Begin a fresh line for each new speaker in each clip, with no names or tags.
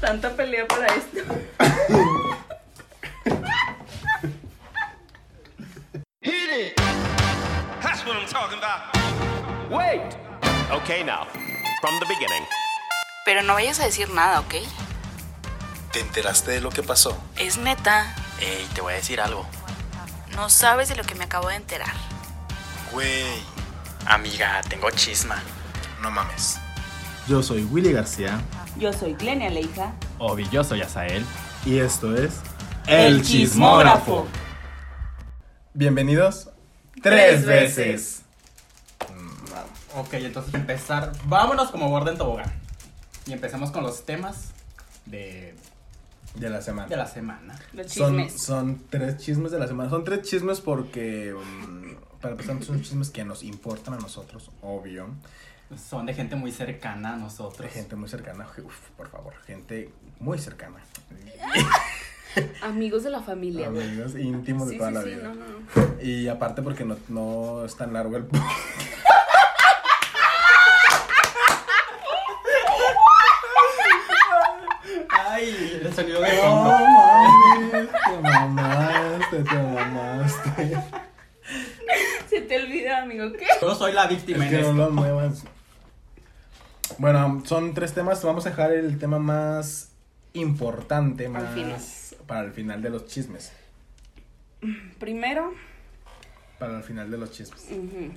Tanta pelea para esto.
That's what I'm talking about.
Wait! Okay, now, from the beginning.
Pero no vayas a decir nada, ¿ok?
¿Te enteraste de lo que pasó?
Es neta.
Ey, te voy a decir algo.
No sabes de lo que me acabo de enterar.
Güey,
Amiga, tengo chisma.
no mames.
Yo soy Willy García
Yo soy Glenia, la hija.
Obi, yo soy Azael.
y esto es
El Chismógrafo.
Bienvenidos
Tres
tres
veces.
veces.
Ok, entonces empezar. Vámonos como borda en tobogán. Y empecemos con los temas de,
de la semana.
de la semana.
Los
son,
chismes.
son tres chismes de la semana. Son tres chismes porque mm, para empezar son chismes que nos importan a nosotros, obvio.
Son de gente muy cercana a nosotros.
Gente muy cercana, uf, por favor, gente muy cercana.
Amigos de la familia.
Amigos íntimos de
Sí,
toda
sí,
la
sí,
vida.
no, no.
Y aparte porque no, no es tan largo el po-
Ay, el sonido de
No
fondo.
mames, te mamaste, te mamaste.
Se te olvida, amigo, ¿qué?
Yo soy la víctima
Es
en
que no
esto.
lo muevas. Bueno, son tres temas. Vamos a dejar el tema más importante,
Al
más
final.
para el final de los chismes.
Primero,
Para el final de los chismes.
ujú,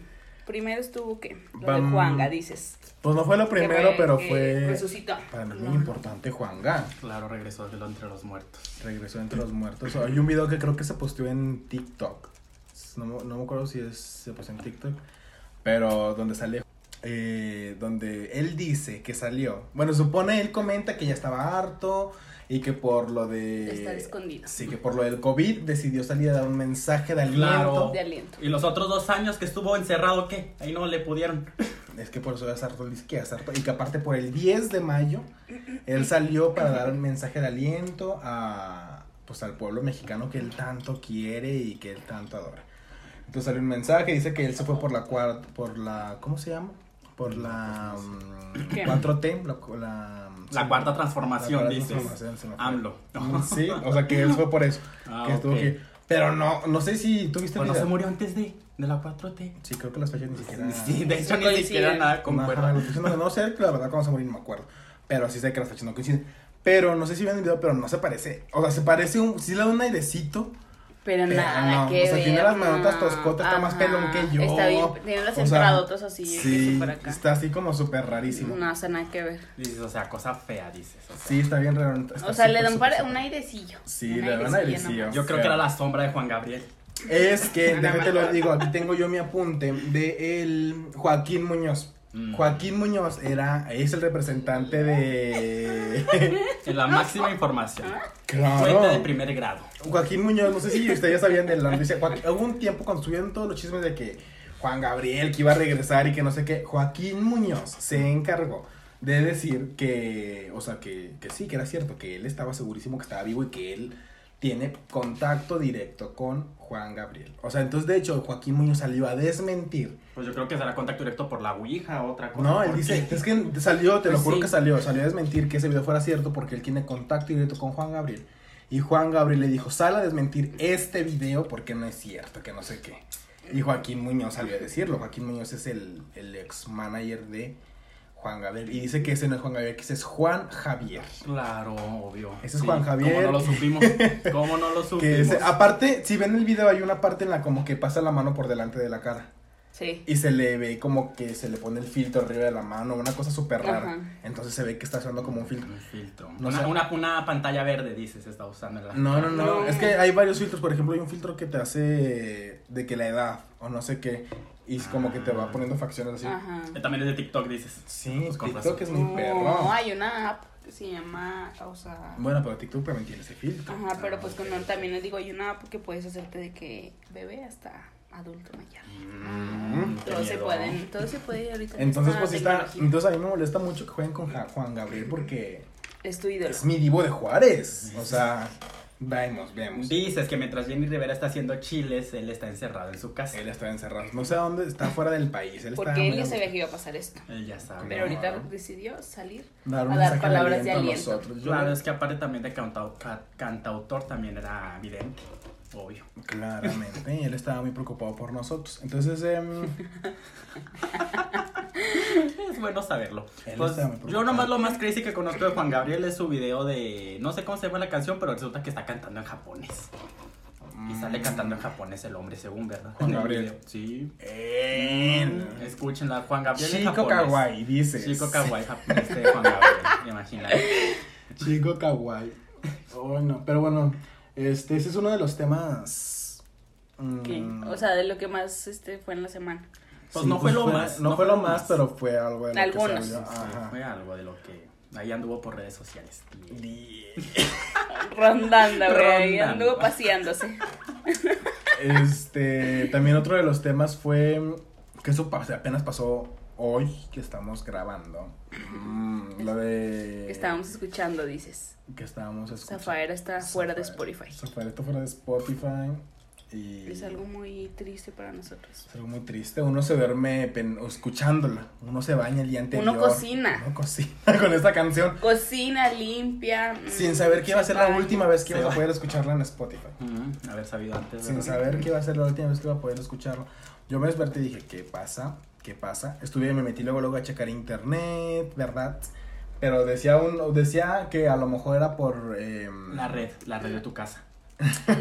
primero estuvo que lo de
Vam-
Juanga, dices.
Pues no fue lo
Que
primero,
fue
pero
que
fue.
Resucitó.
Para mí muy importante, Juanga.
Claro, regresó de lo entre los muertos.
Regresó entre los muertos. Hay un video que creo que se posteó en TikTok. No, me- no me acuerdo si es- se posteó en TikTok. Pero donde sale. eh, donde él dice que salió. Bueno, supone él comenta que ya estaba harto. Y que por lo de.
Estar escondido.
Sí, que por lo del COVID decidió salir a dar un mensaje de
Claro.
aliento.
De aliento.
Y los otros dos años que estuvo encerrado, ¿qué? Ahí no le pudieron.
Es que por eso ya es harto, dice que ya es harto. Y que aparte por el 10 de mayo, él salió para dar un mensaje de aliento a, pues, al pueblo mexicano que él tanto quiere y que él tanto adora. Entonces salió un mensaje, dice que él se fue por la cuarta, por la, ¿cómo se llama? Por la mm,
¿Qué?
4T, la, la,
La cuarta transformación,
la cuarta
dices.
transformación, se me fue. Mm,
AMLO.
Sí, o sea que él fue por eso.
Ah,
que estuvo
ok.
que- pero no, no sé si tuviste
Pues no se murió antes de, de la 4T.
Sí, creo que las fechas ni siquiera.
Sí, de hecho ni
Coinciden.
siquiera nada
Ajá,
concuerda.
lo que sí, no, no sé, la verdad, cuando se morir no me acuerdo. Pero sí sé que las fechas no coinciden. Pero no sé si vieron el video, pero no se parece. O sea, se parece un. Sí le da un airecito.
Pero
Pero
nada,
no,
que
o sea,
ver,
tiene las
no.
manotas toscotas, está más
Ajá.
pelón que yo.
Está bien, tiene las
O sea,
entradotas así, que
Sí,
sí, para acá.
está así como súper rarísimo.
No, o sea, nada que ver.
Dices, o sea, cosa fea, dices. o sea.
Sí, está bien raro. está
O sea, le
súper,
da un,
súper,
par-
súper
un
raro.
airecillo.
Sí, le da un airecillo.
nomás.
Yo creo que era la sombra de Juan Gabriel.
Es que, déjate lo digo, aquí tengo yo mi apunte de el Joaquín Muñoz.
Mm.
Joaquín Muñoz era, es el representante de...
En la máxima información.
Ah.
Fuente de
claro.
primer grado.
Joaquín Muñoz, no sé si ustedes ya sabían de la noticia. Joaqu- Hubo un tiempo cuando subieron todos los chismes de que Juan Gabriel que iba a regresar y que no sé qué. Joaquín Muñoz se encargó de decir que, o sea, que, que sí, que era cierto, que él estaba segurísimo que estaba vivo y que él tiene contacto directo con Juan Gabriel. O sea, entonces de hecho Joaquín Muñoz salió a desmentir.
Pues yo creo que será contacto directo por la Ouija o otra cosa.
No, él
porque-
dice, es que salió, te lo
Pues
juro
sí.
que salió, salió a desmentir que ese video fuera cierto porque él tiene contacto directo con Juan Gabriel. Y Juan Gabriel le dijo, sal a desmentir este video porque no es cierto, que no sé qué. Y Joaquín Muñoz salió a decirlo. Joaquín Muñoz es el, el ex manager de Juan Gabriel. Y dice que ese no es Juan Gabriel, que ese es Juan Javier.
Claro, obvio.
Ese es Juan Javier.
¿Cómo no lo supimos? ¿Cómo no lo
Que
supimos?
ese- aparte, si ven el video, hay una parte en la como que pasa la mano por delante de la cara.
Sí.
Y se le ve como que se le pone el filtro arriba de la mano, una cosa súper rara.
Ajá.
Entonces se ve que está usando como un filtro.
Un filtro.
No
una,
sé.
una, una pantalla verde, dices, está usando. en La...
No, no, no,
No.
Es que hay varios filtros. Por ejemplo, hay un filtro que te hace de que la edad o no sé qué. Y es como que te va poniendo facciones así.
Ajá.
Eh, También es de TikTok, dices.
Sí,
Ah. Pues con
TikTok
razón.
es muy perro.
No, hay una app que se llama, o sea...
Bueno, pero TikTok también tiene ese filtro.
Ajá, pero pues con, también les digo, hay una app que puedes hacerte de que bebé hasta adulto mayor.
Mm.
Qué
Todo se
miedo.
pueden, todo se puede ahorita. con
Entonces,
esta
pues sí está.
tecnología.
Entonces a mí me molesta mucho que jueguen con Ja- Juan Gabriel porque
Es tu ídolo.
es mi divo de Juárez. O sea, Vemos, vemos.
Dices que mientras Jenny Rivera está haciendo chiles, él está encerrado en su casa.
Él está encerrado. No sé a dónde, está fuera del país. Él está
Porque él ya
muy-
sabía que iba a pasar esto.
Él ya sabe.
Pero ahorita
Claro.
decidió salir
Dar un
a dar
mensaje
palabras de
aliento a
aliento.
nosotros. Yo-
Claro, es que aparte también de cantau- ca- cantautor también era vidente, obvio.
Claramente, él estaba muy preocupado por nosotros. Entonces, em,
Es bueno saberlo.
Él
Pues,
está muy preocupado.
yo nomás lo más crazy que conozco de Juan Gabriel es su video de... No sé cómo se llama la canción, pero resulta que está cantando en japonés. Y
Mm.
sale cantando en japonés el hombre, según, ¿verdad?
Juan
En el
Gabriel.
video. Sí.
él-
Mm. Escúchenla, Juan Gabriel en
Chico
japonés.
Kawaii, dice.
Chico Kawaii, jap- este Juan Gabriel, imagínate.
Chico Kawaii. Oh, no, pero bueno, este, ese es uno de los temas. mm,
Que, O sea, de lo que más este, fue en la semana.
Pues no fue lo más,
No, fue lo más, pero fue algo de lo que
Algunos.
salió.
Sí,
Ajá.
Fue algo de lo que ahí anduvo por redes sociales.
Di-
Rondando, güey.
Rondando.
Anduvo paseándose.
Este, también otro de los temas fue que eso pa- apenas pasó hoy que estamos grabando. Mm, lo de
Que estábamos escuchando, dices.
que estábamos escuchando.
Zafaera está fuera de
Zafaera.
Spotify.
Zafaera está fuera de Spotify y
Es algo muy triste para nosotros.
es algo muy triste. Uno se duerme pen- escuchándola, uno se baña el día anterior.
cocina.
Uno cocina con esta canción
Cocina, limpia. mm,
sin saber que iba a ser la
baña.
última vez que
Se
iba a
baña.
poder escucharla en Spotify.
Ujú, Haber sabido antes.
sin
¿verdad?
saber que iba a ser la última vez que iba a poder escucharlo. Yo me desperté y dije, ¿qué pasa? ¿Qué pasa? Estuve, me metí luego, luego a checar internet, ¿verdad? Pero decía, un, decía que a lo mejor era por... em,
La red, la red de tu casa.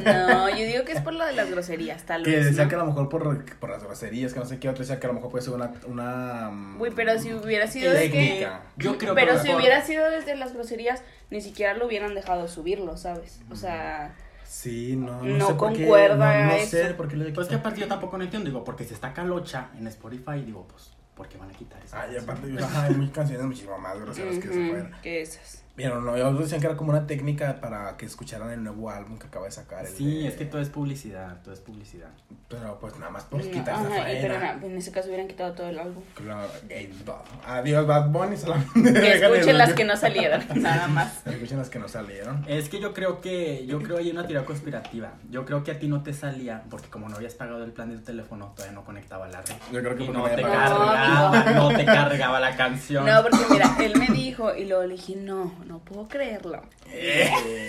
No, yo digo que es por lo de las groserías, tal
Que
vez.
decía
¿no?
que a lo mejor por, por las groserías, que no sé qué, otro decía que a lo mejor puede ser una... una mm,
Uy, pero si hubiera sido de que.
técnica.
Yo creo que
Pero
a lo
si
mejor-
hubiera sido desde las groserías, ni siquiera lo hubieran dejado subirlo, ¿sabes? O sea,
Sí, no, no,
No
sé por qué,
concuerda
no, no
eso.
sé por qué le
Pues que aparte yo tampoco no entiendo, digo, porque si está Calocha en Spotify, digo, pues, ¿por qué van a quitar eso?
Ay, Ah, aparte, yo- ajá, hay muchas canciones muchísimo más groseras que se
ujú,
fueron.
que esas.
Pero no, ellos decían que era como una técnica para que escucharan el nuevo álbum que acaba de sacar. el
Sí,
de-
es que todo es publicidad, todo es publicidad.
Pero pues nada más por
No,
quitar esa
ajá, y pero pues.
faena.
na- en ese caso hubieran quitado todo el álbum.
Claro, gay, todo. Adiós, Bad Bunny. Solamente
Que
dejan el-
escuchen las que no salieron, nada más.
Escuchen las que no salieron.
Es que yo creo que, yo creo hay una teoría conspirativa. Yo creo que a ti no te salía, porque como no habías pagado el plan de tu teléfono, todavía no conectaba la red.
Yo creo que
Y
porque
no
no
te
había
pagado.
cargaba, no te cargaba la canción.
No, porque mira, él me dijo y luego le dije, no, no puedo creerlo.
Eh,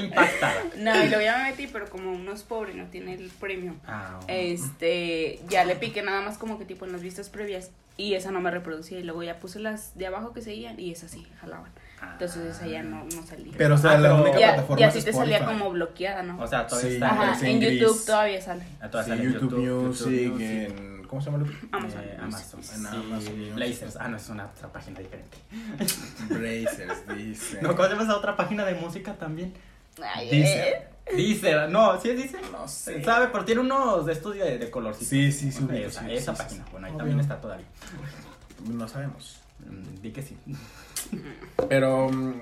Impactada.
No, y luego ya me metí, pero como uno es pobre y no tiene el premio,
Ah, bueno.
este, ya le piqué nada más como que tipo en las vistas previas y esa no me reproducía y luego ya puse las de abajo que seguían y esas sí jalaban. Entonces esa ya no, no salía.
Pero, o sea,
Ah,
la
pero-
única
Ya-
ya,
plataforma
ya
es
sí te salía
Spotify.
como bloqueada, ¿no?
O sea, todavía
Sí.
está.
Ajá,
parece
en
gris.
YouTube todavía sale.
Todavía
Sí,
sale en
YouTube, Music,
YouTube
en... ¿Cómo se llama? el-
Amazon.
Eh, Amazon.
En Amazon
Sí,
Music.
Blazers. Ah, no, es una otra página diferente.
Brazers, dice.
No, ¿cómo se llama esa otra página de música también?
Ay,
Dice.
eh.
Dice, no, ¿sí es dice?
No sé.
¿Sabe? Pero tiene unos de estos de, de colorcito.
Sí, sí, sí,
Ok,
ubico,
esa,
sí,
esa
sí, sí,
página.
sí.
Bueno, ahí
Obvio.
también está todavía.
No sabemos.
Mm, Di que sí.
Pero... mm,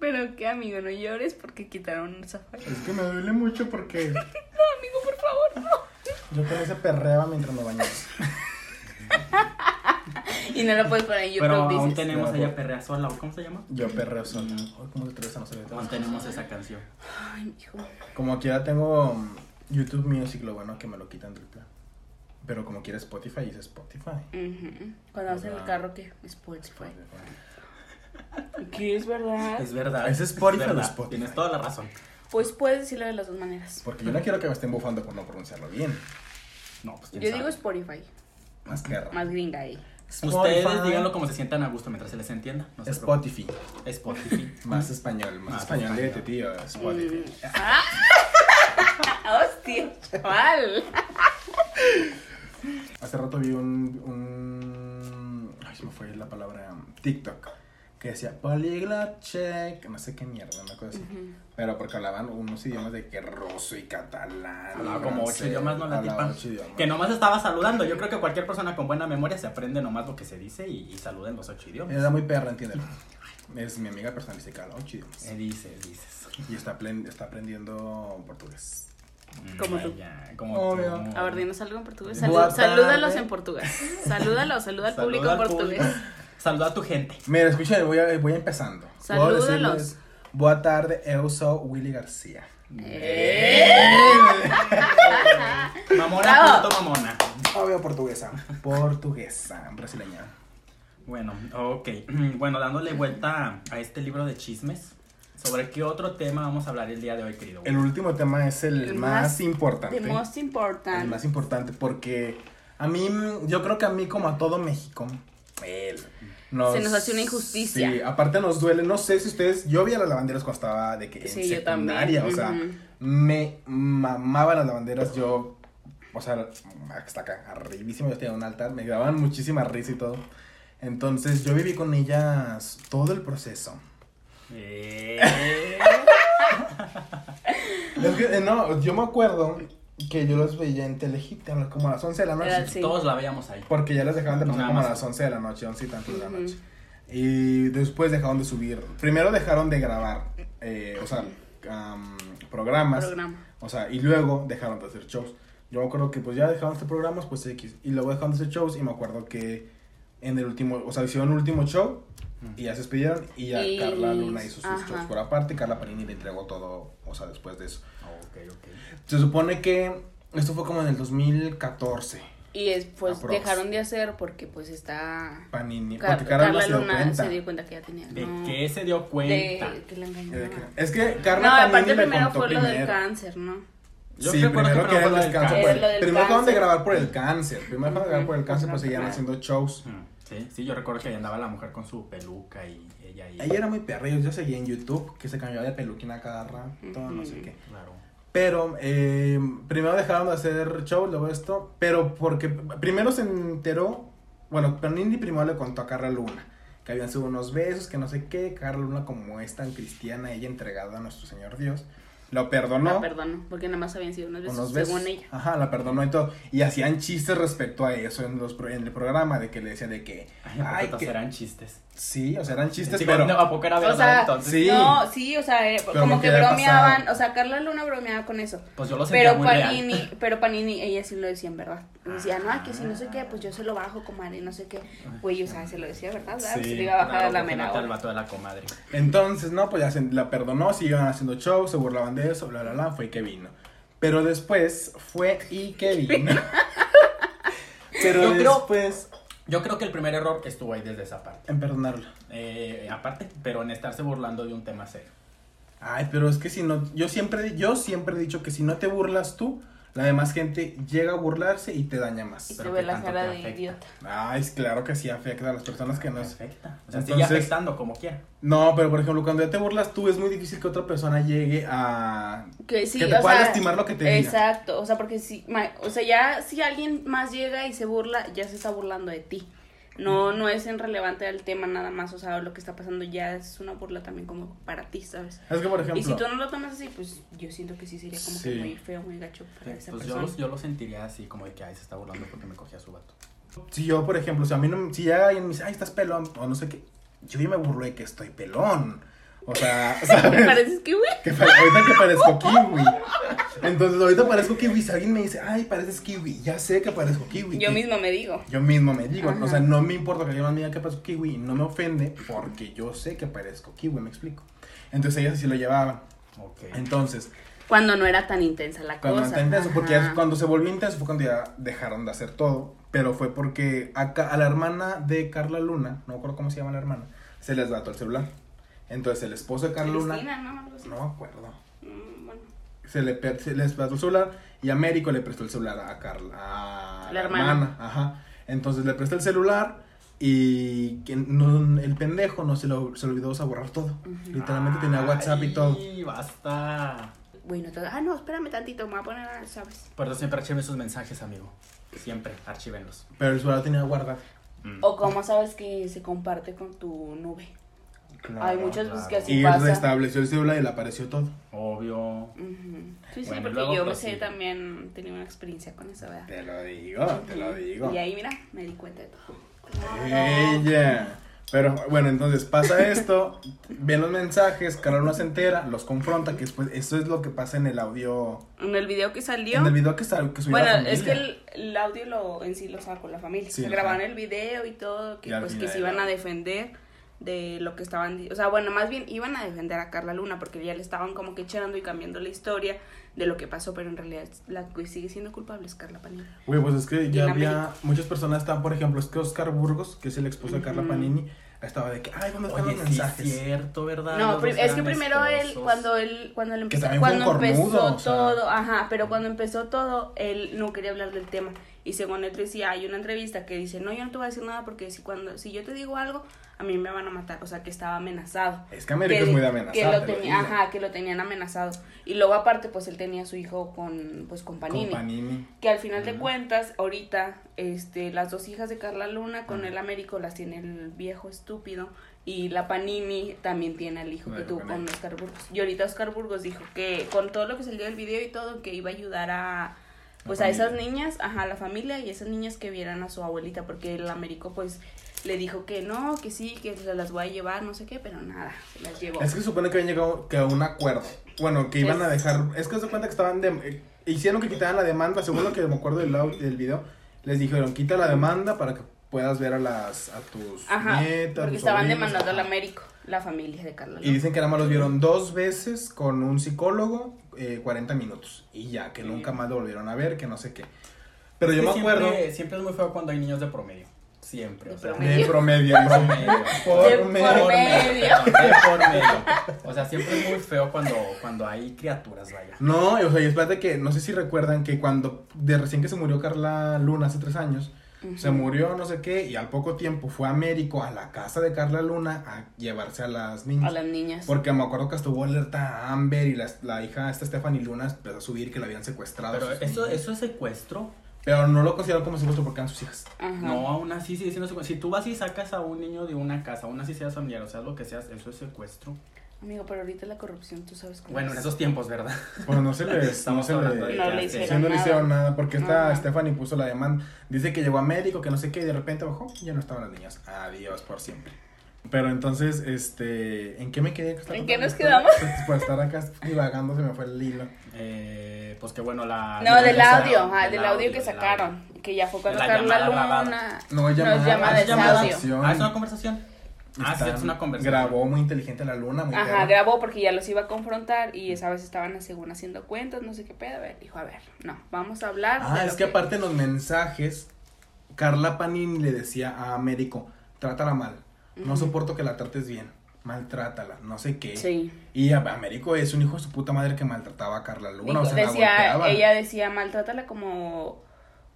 Pero que amigo, no llores porque quitaron un safari.
Es que me duele mucho porque
No, amigo, por favor, no.
yo con ese perreaba mientras me bañaba.
Y no lo puedes poner en
Pero
YouTube,
aún
dices.
tenemos
Claro.
allá Perrea Sola, ¿o ¿cómo se llama?
Yo perreo solo. Ay, ¿Cómo te atreves a no saber?
Aún tenemos esa canción.
Ay, mijo.
Como quiera tengo mm, YouTube Music, lo bueno que me lo quitan del plan. Pero como quiera Spotify, dice Spotify.
Ujú. Cuando vas en el
¿Verdad?
carro, ¿qué? Spotify. ¿Qué es verdad?
Es verdad.
¿Es Spotify
verdad.
o Spotify?
Tienes toda la razón.
Pues puedes decirlo de las dos maneras.
Porque yo no quiero que me estén bufando por no pronunciarlo bien.
No, pues quién
Yo
sabe.
digo Spotify,
Más que raro.
más gringa ahí.
Ustedes
Spotify.
díganlo como se sientan a gusto mientras se les entienda. No se
Spotify.
preocupen. Spotify.
Más español, más,
Más
español.
español.
Dígate, tío. Spotify.
Ah. ¡Hostia, chaval!
Mm.
Hace rato vi un, un. Ay, se me fue la palabra. um, TikTok. Que decía polyglot check. No sé qué mierda, una cosa así. Pero porque hablaban unos idiomas de que ruso y catalán. y
Hablaba como ocho
francés,
idiomas, no la
hablaba
tipa.
ocho idiomas.
Que nomás estaba saludando. Yo creo que cualquier persona con buena memoria se aprende nomás lo que se dice y, y saluda en los ocho idiomas.
Era muy perra, entiéndelo. Es mi amiga personalística, habla ocho idiomas.
Eh, dices, dices.
Y está, apren- está aprendiendo portugués.
Como tú.
Mm, Vaya, como
Obvio.
tú.
A ver, dinos algo en portugués.
Boa
Salu-
tarde.
salúdalos en portugués. Salúdalo, saluda al
Saluda
público en
al
portugués.
público. Saluda a tu gente.
Mira, escuchen, voy, a- voy empezando. Puedo
Salúdalos.
decirles, Boa tarde, eu sou Willy García.
Mamona,
¿Eh? Bravo.
punto mamona.
Obvio portuguesa. Portuguesa, brasileña.
Bueno, ok. Bueno, dándole vuelta a este libro de chismes. ¿Sobre qué otro tema vamos a hablar el día de hoy, querido?
El último tema es el,
El
más,
más-
importante.
The most important.
El más importante porque a mí, mm, yo creo que a mí como a todo México, él,
Se nos hace una injusticia.
Sí, aparte nos duele, no sé si ustedes, yo vi a las lavanderas cuando estaba de que en
Sí, yo también,
secundaria, o sea,
ujú.
me mamaban las lavanderas, yo, o sea, hasta acá, arribísimo, yo tenía un altar, me daban muchísima risa y todo. Entonces yo viví con ellas todo el proceso.
Eh,
Es que, eh, no, yo me acuerdo que yo los veía en Telehit, a las- como a las 11 de la noche.
Era- sí.
Todos la veíamos ahí.
Porque ya las dejaban de
No,
pasar
Pues nada
como a
más.
las 11 de la noche, 11 y tanto de la
Ujú.
noche. Y después dejaron de subir. Primero dejaron de grabar, eh, o sea, am, programas.
Programa.
O sea, y luego dejaron de hacer shows. Yo me acuerdo que pues ya dejaron de hacer programas, pues X. Y luego dejaron de hacer shows y me acuerdo que en el último, o sea, hicieron el último show y ya se despidieron y ya
Y-
Carla Luna hizo sus
ajá.
shows por aparte. Carla Panini le entregó todo, o sea, después de eso.
Ok, ok.
Se supone que esto fue como en el 2014.
Y después
Aprox.
dejaron de hacer porque pues está...
Panini,
Car-
porque Carla,
Carla
se dio
Luna
cuenta.
se dio cuenta que ya tenía...
¿De
no,
qué se Eh, dio cuenta?
De que la
Eh,
engañaron.
Es que
No,
Carla
aparte
Panini le
primero
contó
fue lo del
primero.
cáncer, ¿no?
Yo
sí,
recuerdo
primero
que
que era el
fue lo del
descanso.
cáncer.
por
Es lo del
el- Primero acaban de
cáncer.
grabar por el cáncer. Primero acaban de grabar por el
Ujú,
cáncer,
por
pues
la
seguían
enfermedad.
haciendo shows.
pues.
Mm, Sí, sí, yo recuerdo que ahí andaba la mujer con su peluca y ella ahí.
Ella era muy perra, yo yo seguía en YouTube, que se cambiaba de peluquina cada rato, no sé qué.
Claro.
Pero eh, primero dejaron de hacer shows, luego esto, pero porque primero se enteró, bueno, Panini primero le contó a Carla Luna que habían sido unos besos, que no sé qué, Carla Luna como es tan cristiana, ella entregada a nuestro Señor Dios, lo perdonó.
La perdonó, Ah, porque nada más habían sido unos besos,
unos besos.
según ella.
Ajá, la perdonó y todo. Y hacían chistes respecto a eso en, los, pro- en el programa, de que le decían de que...
Ay, ¿a
"Ay,
poco
que-".
eran chistes.
Sí, o sea, eran chistes,
Digo,
pero...
no, ¿A poco era verdad
O sea,
entonces?
Sí.
No, sí, o sea, eh,
Pero
como
no
que
quería
bromeaban,
pasar.
o sea, Carla Luna bromeaba con eso.
Pues yo lo sentía
Pero
muy
Panini,
real.
pero Panini, ella sí lo decía en verdad. Decía, no, que si no sé qué, pues yo se lo bajo, comadre, no sé qué. Güey, o sea, se lo decía, ¿verdad? ¿Verdad?
Sí,
se le iba a bajar
Claro,
a la
porque
mera
mata al
hora.
vato de la comadre.
Entonces, no, pues ya se- la perdonó, siguieron haciendo show, se burlaban de eso, bla, bla, bla, fue que vino. Pero después fue y que vino. Pero
Yo creo-
después
Yo creo que el primer error estuvo ahí desde esa parte.
en perdonarlo.
Eh, aparte, pero en estarse burlando de un tema serio.
Ay, pero es que si no, yo siempre, yo siempre he dicho que si no te burlas tú, la demás gente llega a burlarse y te daña
Y
más.
se
pero
ve
qué
la
tanto
cara
te
de
afecta.
idiota.
Ay, es claro que sí afecta a las personas que no es.
Afecta. O sea, sigue
Entonces-
afectando como quiera.
No, pero por ejemplo, cuando ya te burlas tú, es muy difícil que otra persona llegue a.
Que sí,
Que te
o
pueda
sea,
lastimar lo que te diga.
Exacto, o sea, porque si, ma- o sea, ya si alguien más llega y se burla, ya se está burlando de ti. No, no es irrelevante al tema nada más, o sea, lo que está pasando ya es una burla también como para ti, ¿sabes?
Es que por ejemplo.
Y si tú no lo tomas así, pues yo siento que sí sería como
Sí.
que muy feo, muy gacho para esa
Pues yo,
persona.
lo- yo lo sentiría así, como de que ay, se está burlando porque me cogía su vato.
Si yo, por ejemplo, si a mí no, si ya alguien me dice, ay, estás pelón, o no sé qué, yo ya me burlo de que estoy pelón. O sea,
¿Te
¿sabes?
pareces que, güey?
que pa- ahorita que parezco kiwi. Entonces, ahorita parezco kiwi. Si alguien me dice, ay, pareces kiwi, ya sé que parezco kiwi.
Yo
que-
mismo me digo.
Yo mismo me digo,
Ajá.
o sea, no me importa que alguien más me diga que parezco kiwi, no me ofende porque yo sé que parezco kiwi, me explico. Entonces, ellas sí lo llevaban.
Ok.
Entonces,
Cuando no era tan intensa la
Cuando
cosa.
está intenso, porque ya
Ajá.
cuando se volvió intenso fue cuando ya dejaron de hacer todo. Pero fue porque a, Ca- a la hermana de Carla Luna, no me acuerdo cómo se llama la hermana, se les dató el celular. Entonces el esposo de Carla Luna,
Cristina, ¿no? Algo así.
no me acuerdo,
Mm, bueno.
se, le per- se les dató el celular y Américo le prestó el celular a Carla. A
La hermana.
Ajá. Entonces le prestó el celular y que no- el pendejo no se lo se le olvidó borrar todo. Literalmente tenía WhatsApp y todo.
Ay, basta.
Bueno, entonces, ah, no, espérame tantito, me voy a poner, ¿sabes?
Por eso siempre archiven sus mensajes, amigo. Siempre, archivenlos.
Pero el celular tenía guardado. Mm.
O como sabes que se comparte con tu nube. Hay muchas veces que así
Y
pasa.
restableció el celular y le apareció todo.
Obvio.
Ujú. Sí, sí,
Bueno,
porque
luego
yo me
prosigue.
sé también, tenía una experiencia con eso, ¿verdad?
Te lo digo, te lo digo.
Y ahí, mira, me di cuenta de todo.
Ella. Pero bueno, entonces pasa esto, ven los mensajes, Carol no se entera, los confronta, que después, eso es lo que pasa en el audio,
En el video que salió.
en el video que, sal- que subió
Bueno,
la
es que
familia.
el, el audio lo, en sí lo sacó la familia.
Sí,
Se
ajá.
grabaron el video y todo, que
Y al
pues que
final
se
era-
iban a defender de lo que estaban, di- o sea, bueno, más bien iban a defender a Carla Luna porque ya le estaban como que echando y cambiando la historia de lo que pasó, pero en realidad la que sigue siendo culpable es Carla Panini.
Güey, pues es que ya
en
había,
América.
muchas personas están, por ejemplo, es que Oscar Burgos, que es el esposo de Carla
Ujú.
Panini, estaba de que, ay, ¿dónde están
Oye,
los
sí,
mensajes?
cierto, ¿verdad?
No,
Ah, Los
pri-
dos
es que
eran
primero él,
esposos.
cuando él, cuando él empezó,
también fue un
cuando empezó
cornudo, o sea.
todo, ajá, pero cuando empezó todo, él no quería hablar del tema. Y según él decía, hay una entrevista que dice, no, yo no te voy a decir nada porque si cuando, si yo te digo algo, a mí me van a matar. O sea, que estaba amenazado.
Es que América es muy de amenazar,
que
te
lo
lo
tenía-
digo.
ajá, que lo tenían amenazado. Y luego aparte, pues él tenía a su hijo con, pues con
Con
Panini.
Panini.
Que al final de cuentas, ahorita, este, las dos hijas de Carla Luna con el Américo las tiene el viejo estúpido y la Panini también tiene al hijo que
Bueno,
tuvo
con
con
él.
Oscar Burgos. Y ahorita Oscar Burgos dijo que con todo lo que salió del video y todo, que iba a ayudar a pues
La
a esas
familia.
niñas, ajá, a la familia y esas niñas que vieran a su abuelita, porque el Américo pues le dijo que no, que sí, que se las voy a llevar, no sé qué, pero nada, se las llevó.
Es que se supone que habían llegado que a un acuerdo. Bueno, que iban a dejar. Es que se cuenta que estaban. de- eh, hicieron que quitaran la demanda. Según lo que me acuerdo del, au- del video, les dijeron: quita la demanda para que puedas ver a las a tus
Ajá,
nietas.
porque
tus
estaban
sobrinos".
demandando al Américo, la familia de Carla
Y
Luna.
dicen que nada más los vieron dos veces con un psicólogo, eh, 40 minutos. Y ya, que nunca más lo volvieron a ver, que no sé qué. Pero yo
Es que
me acuerdo.
Siempre, siempre es muy feo cuando hay niños de promedio. Siempre. o sea,
De promedio, ¿no?
Por
De por medio.
De por medio. O sea, siempre es muy feo cuando, cuando hay criaturas, vaya.
No, y, o sea, y espérate que, no sé si recuerdan que cuando, de recién que se murió Carla Luna hace tres años, se murió no sé qué, y al poco tiempo fue a Américo, a la casa de Carla Luna, a llevarse a las niñas.
A las niñas.
Porque me acuerdo que estuvo alerta Amber y la, la hija, esta Stephanie Luna, empezó a subir que la habían secuestrado.
Pero
sus
eso,
niñas.
eso es secuestro.
Pero no lo considero como secuestro porque eran sus hijas.
Ajá.
No, aún así sigue siendo secuestro. Si tú vas y sacas a un niño de una casa, aún así seas familiar, o sea, lo que seas, eso es secuestro.
Amigo, pero ahorita la corrupción, tú sabes cómo
Bueno, en
es.
esos tiempos, ¿verdad?
Bueno, no se les... no
Estamos
se
hablando de
les-
No
que
le
hace-
Sí,
hicieron.
no le hicieron nada porque esta
Ajá.
Stephanie puso la demanda. Dice que llegó a médico, que no sé qué, y de repente bajó y ya no estaban las niñas. Adiós por siempre. Pero entonces, este, ¿en qué me quedé?
¿En qué nos
quedamos? Por estar acá divagando se me fue el hilo.
Eh, pues que bueno, la.
No, del
la-
audio, ajá, del audio que
del
sacaron. Que ya fue cuando
De la
sacaron la
llamada
luna.
No, es
No,
llamada.
es
Ah,
llamada,
es
es
llamada.
audio.
Sí.
Ah, es una conversación. Ah, sí, es una conversación.
Grabó muy inteligente la luna, muy
Ajá,
perra.
grabó porque ya los iba a confrontar y esa vez estaban según haciendo cuentas, no sé qué pedo. A ver, dijo, a ver, no, vamos a hablar.
Ah,
de lo
es que aparte en los mensajes, Carla Panini le decía a Américo, trátala mal, no soporto que la trates bien, maltrátala, no sé qué.
Sí.
Y a- Américo es un hijo de su puta madre que maltrataba a Carla Luna,
Dijo-
o sea, la
decía,
golpeaba.
ella decía, maltrátala como,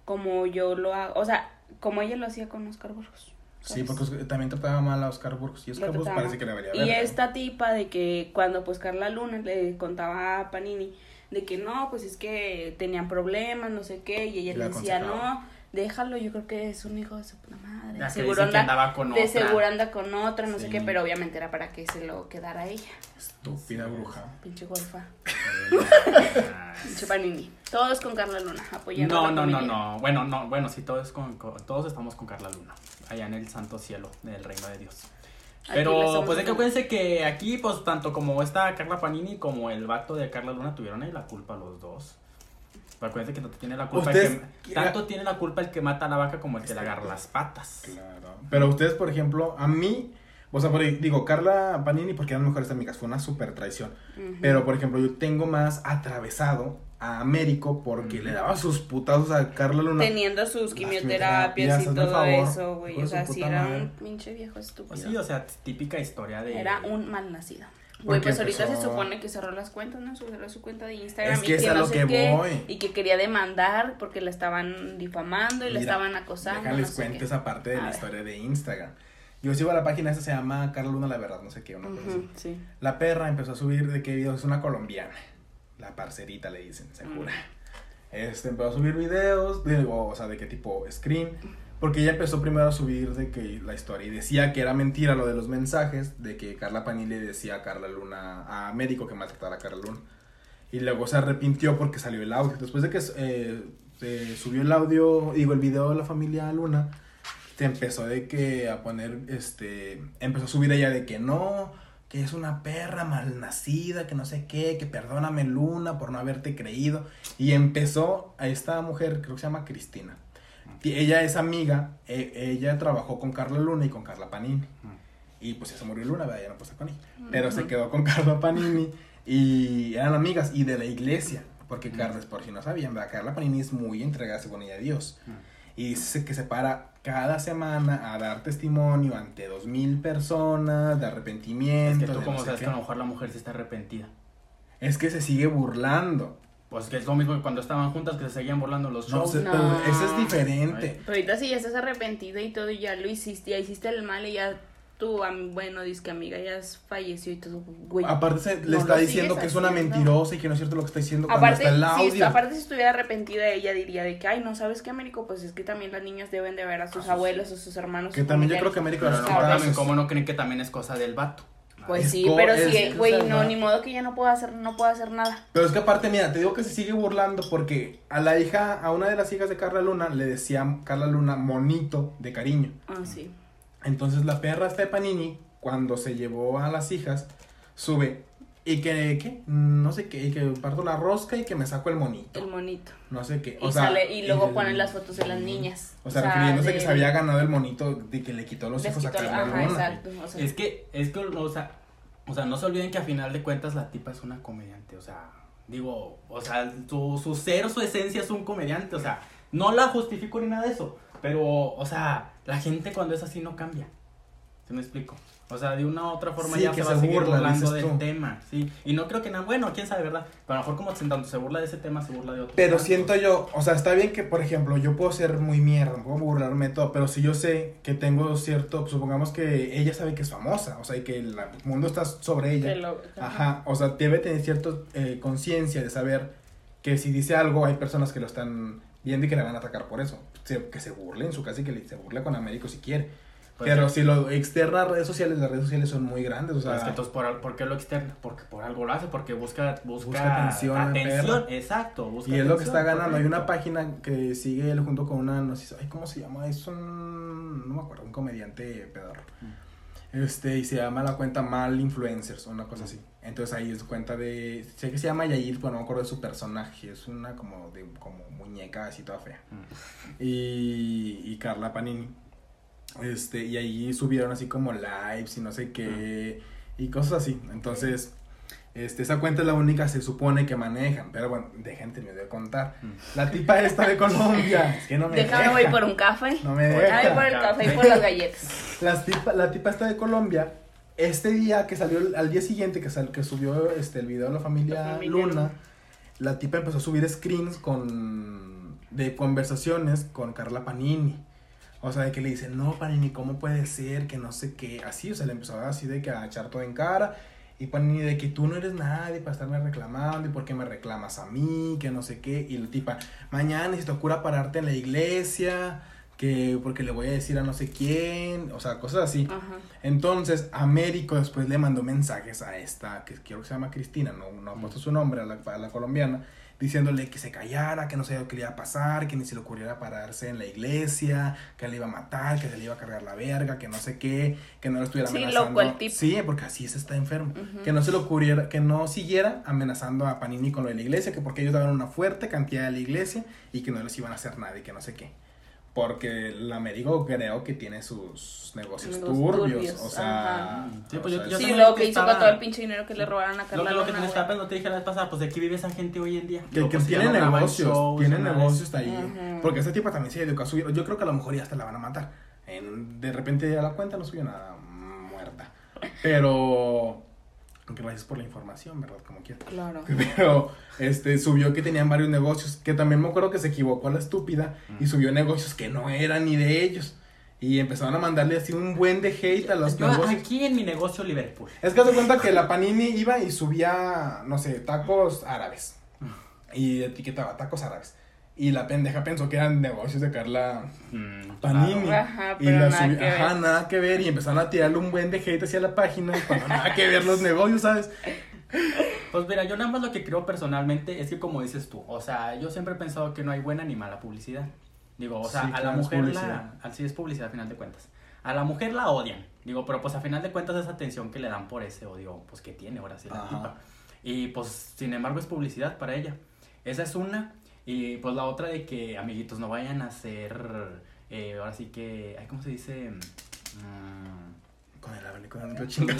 como yo lo hago. O sea, como ella lo hacía con Oscar Burgos.
Sí,
¿sabes?
porque Oscar- también trataba mal a Oscar Burgos, y Oscar
pues, Lo
Burgos
trataba.
parece que le valía
Y
verga.
esta tipa de que cuando pues Carla Luna le contaba a Panini de que no, pues es que tenían problemas, no sé qué, y ella
Y la
le decía,
aconsejaba.
no, déjalo, yo creo que es un hijo de su puta madre.
La
De
que
seguro
dice que
anda-
andaba con
de
otra.
seguro anda con otra, no sé
Sí.
qué, pero obviamente era para que se lo quedara a ella,
Estúpida bruja.
pinche golfa,
Ah,
pinche Panini. Todos con Carla Luna, apoyando a
No,
la
no, no,
familia.
no. Bueno, no, bueno, sí, todos, con, con- todos estamos con Carla Luna, allá en el santo cielo del reino de Dios.
Aquí la
Pero
estamos
pues es que
haciendo.
acuérdense que aquí, pues tanto como esta Carla Panini como el vato de Carla Luna tuvieron ahí la culpa los dos. Pero acuérdense que tanto tiene la culpa, el
Ustedes-
que, tanto tiene la culpa el que mata a la vaca como el que le agarra las patas.
Claro. Pero ustedes, por ejemplo, a mí, o sea, por, digo, Carla Panini, porque eran mejores amigas, fue una súper traición. Pero, por ejemplo, yo tengo más atravesado a Américo porque le daba sus putazos a Carla Luna.
Teniendo sus
Las
quimioterapias
quimioterapias,
y
hazme
todo
el favor,
eso, güey.
hijo de
O
su
sea, sí
puta
era
madre.
un pinche viejo estúpido.
Pues sí, o sea, típica historia de...
Era un mal nacido. Güey,
Porque
pues ahorita
empezó-
se supone que cerró las cuentas, ¿no? Cerró su cuenta de Instagram
Es que
y
es
que
a
no
lo
sé
que
qué,
voy.
Y que quería demandar porque la estaban difamando y la
Mira,
estaban acosando. no
Déjales
sé
cuento
qué.
esa parte de
A
la
ver.
historia de Instagram. Yo sigo a la página, esa se llama Carla Luna La Verdad, no sé qué, una cosa así.
Ujú, sí.
La perra empezó a subir de qué videos, es una colombiana. La parcerita le dicen, segura. Este, empezó a subir videos, digo, o sea, de qué tipo screen. Porque ella empezó primero a subir de que la historia y decía que era mentira lo de los mensajes, de que Carla Panini le decía a Carla Luna, a Américo que maltratara a Carla Luna. Y luego se arrepintió porque salió el audio. Después de que eh, se subió el audio, digo, el video de la familia Luna, se empezó de que a poner, este, empezó a subir ella de que no, que es una perra malnacida, que no sé qué, que perdóname Luna por no haberte creído. Y empezó a esta mujer, creo que se llama Cristina. Y Ella es amiga, e- ella trabajó con Carla Luna y con Carla Panini. Y pues ya se murió Luna, ¿verdad? Ya no puede estar con ella. Pero se quedó con Carla Panini y eran amigas y de la iglesia. Porque Carla, por si no sabían, ¿verdad? Carla Panini es muy entregada, según ella, a Dios. Y dice que se para cada semana a dar testimonio ante dos mil personas de
Es
arrepentimiento.
que tú
de
como
no sé
sabes
qué.
que a lo mejor la mujer sí está arrepentida.
Es que se sigue burlando.
Pues que es lo mismo que cuando estaban juntas que se seguían burlando en los
No,
shows.
se-
No.
pero eso es diferente.
Pero ahorita si ya estás arrepentida y todo, y ya lo hiciste, ya hiciste el mal y ya tu, am- bueno, disque amiga ya falleció y todo, güey.
Aparte se le
no
está
lo
diciendo
sigues
que es una
haciendo.
mentirosa y que no es cierto lo que está diciendo cuando
Aparte
está el
si,
audio.
aparte, si estuviera arrepentida, ella diría de que, ay, no sabes qué, Américo, pues es que también las niñas deben de ver a sus abuelos o sus hermanos.
Ah, Que
sus
también yo creo que
familiares.
Américo
Pero a lo
Los
mejor también
abrazos.
como no creen que también es cosa del vato.
Pues
Es
sí,
co-
pero
es-
sí,
es
güey,
el
no,
vato.
ni modo que ya no puedo hacer, no puedo hacer nada.
Pero es que aparte, mira, te digo que se sigue burlando porque a la hija, a una de las hijas de Carla Luna, le decía Carla Luna monito de cariño.
Ah, sí.
Entonces la perra esta de Panini, cuando se llevó a las hijas, sube y que, ¿qué? No sé qué, y que parto la rosca y que me saco el
El
monito.
monito.
No sé qué.
Y, sale, y luego
el-
ponen las fotos de las niñas.
O sea, refiriéndose
de-
que se había ganado el monito de que le quitó los
les
hijos a
quitó-
Carla
Ajá,
Luna.
exacto. o sea,
Es que, es que, o sea, o sea, no se olviden que a final de cuentas la tipa es una comediante, o sea, digo, o sea, su, su ser, su esencia es un comediante, o sea, no la justifico ni nada de eso, pero, o sea, la gente cuando es así no cambia, ¿se me explico? O sea, de una u otra forma
Sí,
ya
que
se va
se
a seguir
burla,
burlando
dices
del
tú.
tema, ¿sí? Y no creo que nada, bueno, quién sabe, ¿verdad? Pero a lo mejor como se- tanto se burla de ese tema, se burla de otro.
Pero siento yo, o sea, está bien que, por ejemplo, yo puedo ser muy mierda, puedo burlarme de todo, pero si yo sé que tengo cierto, supongamos que ella sabe que es famosa, o sea, y que el mundo está sobre
que
ella.
lo-
Ajá, o sea, debe tener cierta conciencia de saber que si dice algo hay personas que lo están viendo y que la van a atacar por eso. Se- que se burle en su casa y que le- se burle con Américo si quiere.
Pues
pero si
sí.
lo externa a redes sociales, las redes sociales son muy grandes, o sea,
Pero es que entonces, por, al- ¿por qué lo externa? Porque por algo lo hace, porque busca, busca,
Busca atención,
atención,
perra.
exacto. busca
Y es lo que
atención,
está ganando. Hay una
correcto.
página que sigue él junto con una, no sé, ay, ¿cómo se llama? Es un, no me acuerdo, un comediante pedorro.
Mm.
Este, y se llama la cuenta Mal Influencers, una cosa así. Entonces ahí es cuenta de, sé que se llama Yair, pero no me acuerdo de su personaje. Es una como de, como muñeca así toda fea.
Mm.
Y, y Carla Panini. Este, y ahí subieron así como lives y no sé
Mm.
qué, y cosas así. Entonces, este, esa cuenta es la única, se supone que manejan. Pero bueno, dejen terminar de contar. La tipa esta de Colombia. Es que no me
Déjame,
deja.
voy por un café.
No me
Déjame
deja.
por el café y por las galletas.
Las tipa- la tipa esta de Colombia, este día que salió, el- al día siguiente que, sal, que subió este, el video de la familia,
La familia
Luna,
Luna.
la tipa empezó a subir screens con, de conversaciones con Carla Panini. O sea, de que le dice, no, Panini, ¿cómo puede ser? Que no sé qué. Así, o sea, le empezó así de que a echar todo en cara. Y Panini de que tú no eres nadie para estarme reclamando y por qué me reclamas a mí, que no sé qué. Y la tipa, mañana si te ocurra pararte en la iglesia, que porque le voy a decir a no sé quién, o sea, cosas así.
Ajá.
Entonces, Américo después le mandó mensajes a esta, que quiero que se llama Cristina, no, no ha puesto su nombre, a la, a la colombiana, diciéndole que se callara, que no sabía lo que le iba a pasar, que ni se le ocurriera pararse en la iglesia, que le iba a matar, que se le iba a cargar la verga, que no sé qué, que no lo estuviera
Sí,
amenazando.
loco el tipo.
Sí, porque así se está enfermo. Que no se le ocurriera, que no siguiera amenazando a Panini con lo de la iglesia, que porque ellos daban una fuerte cantidad de la iglesia y que no les iban a hacer nada y que no sé qué. Porque el Américo creo que tiene sus negocios
Los
turbios,
turbios,
o sea...
ajá.
Sí, pues yo-
o sea, es-
yo
Sí,
también
lo que hizo
estaba-
con todo el pinche dinero que le robaron a
Lo
Carla
que, lo que te
Luna,
estaba
güey.
pensando, te dije la vez pasada, pues de aquí vive esa gente hoy en día.
Que,
Digo,
que
pues,
tiene
ya no graban
negocios,
shows,
tiene
nada de eso.
negocios ahí.
Ujú.
Porque esa tipa también se dedicó a subir. Yo creo que a lo mejor ya hasta la van a matar. En- de repente ya la cuenta no subió nada mm, muerta. Pero. Gracias por la información, ¿verdad? Como quieras.
Claro.
Pero este, subió que tenían varios negocios. Que también me acuerdo que se equivocó la estúpida
Mm.
y subió negocios que no eran ni de ellos. Y empezaron a mandarle así un buen de hate a los
Yo
negocios.
aquí en mi negocio Liverpool.
Es que se cuenta que la Panini iba y subía, no sé, tacos árabes. Y etiquetaba tacos árabes. Y la pendeja pensó que eran negocios de Carla Mm, Panini.
claro. Ajá,
y
pero
la
nada
subí-
que
ajá,
ver.
nada que ver. Y empezaron a tirarle un buen de hate hacia la página. Y cuando nada que ver los negocios, ¿sabes?
Pues mira, yo nada más lo que creo personalmente es que como dices tú, o sea, yo siempre he pensado que no hay buena ni mala publicidad. Digo, o sea,
Sí,
a la
claro, es
mujer
publicidad.
la... Así es publicidad a final de cuentas. A la mujer la odian. Digo, pero pues a final de cuentas esa atención que le dan por ese odio, pues que tiene ahora sí la
Ajá.
tipa. Y pues, sin embargo, es publicidad para ella. Esa es una. Y pues la otra de que, amiguitos, no vayan a ser... eh, ahora sí que... ay, ¿Cómo se dice? Mm,
Con el abanico de abanico, chingas.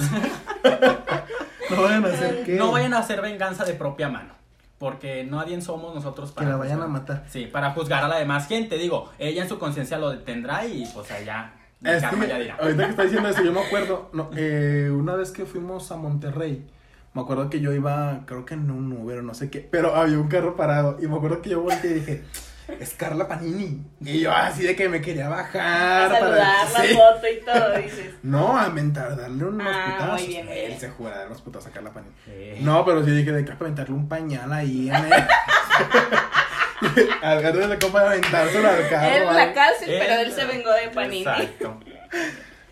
no vayan a hacer que.
No vayan a hacer venganza de propia mano. Porque nadie somos nosotros para.
la vayan
juzgar.
a matar.
Sí, para juzgar a la demás gente. Digo, ella en su conciencia lo detendrá y pues allá. el
Es que,
karma ya dirá.
Este ahorita que está diciendo eso, yo me acuerdo, no, eh, una vez que fuimos a Monterrey, me acuerdo que yo iba, creo que en un Uber o no sé qué, pero había un carro parado y me acuerdo que yo volteé y dije, es Carla Panini. Y yo así de que me quería bajar. para-
saludar la
Sí.
foto y todo, dices.
No, a mentar, darle unos
Ah,
putazos.
muy bien, muy
Él
bien.
se jura dar unos putazos a Carla Panini.
Eh,
No, pero sí dije de que aventarle un pañal ahí en él. al gato le copa de aventárselo al carro.
Él en la
¿vale?
cárcel,
eh,
pero él se vengó de Panini.
Exacto.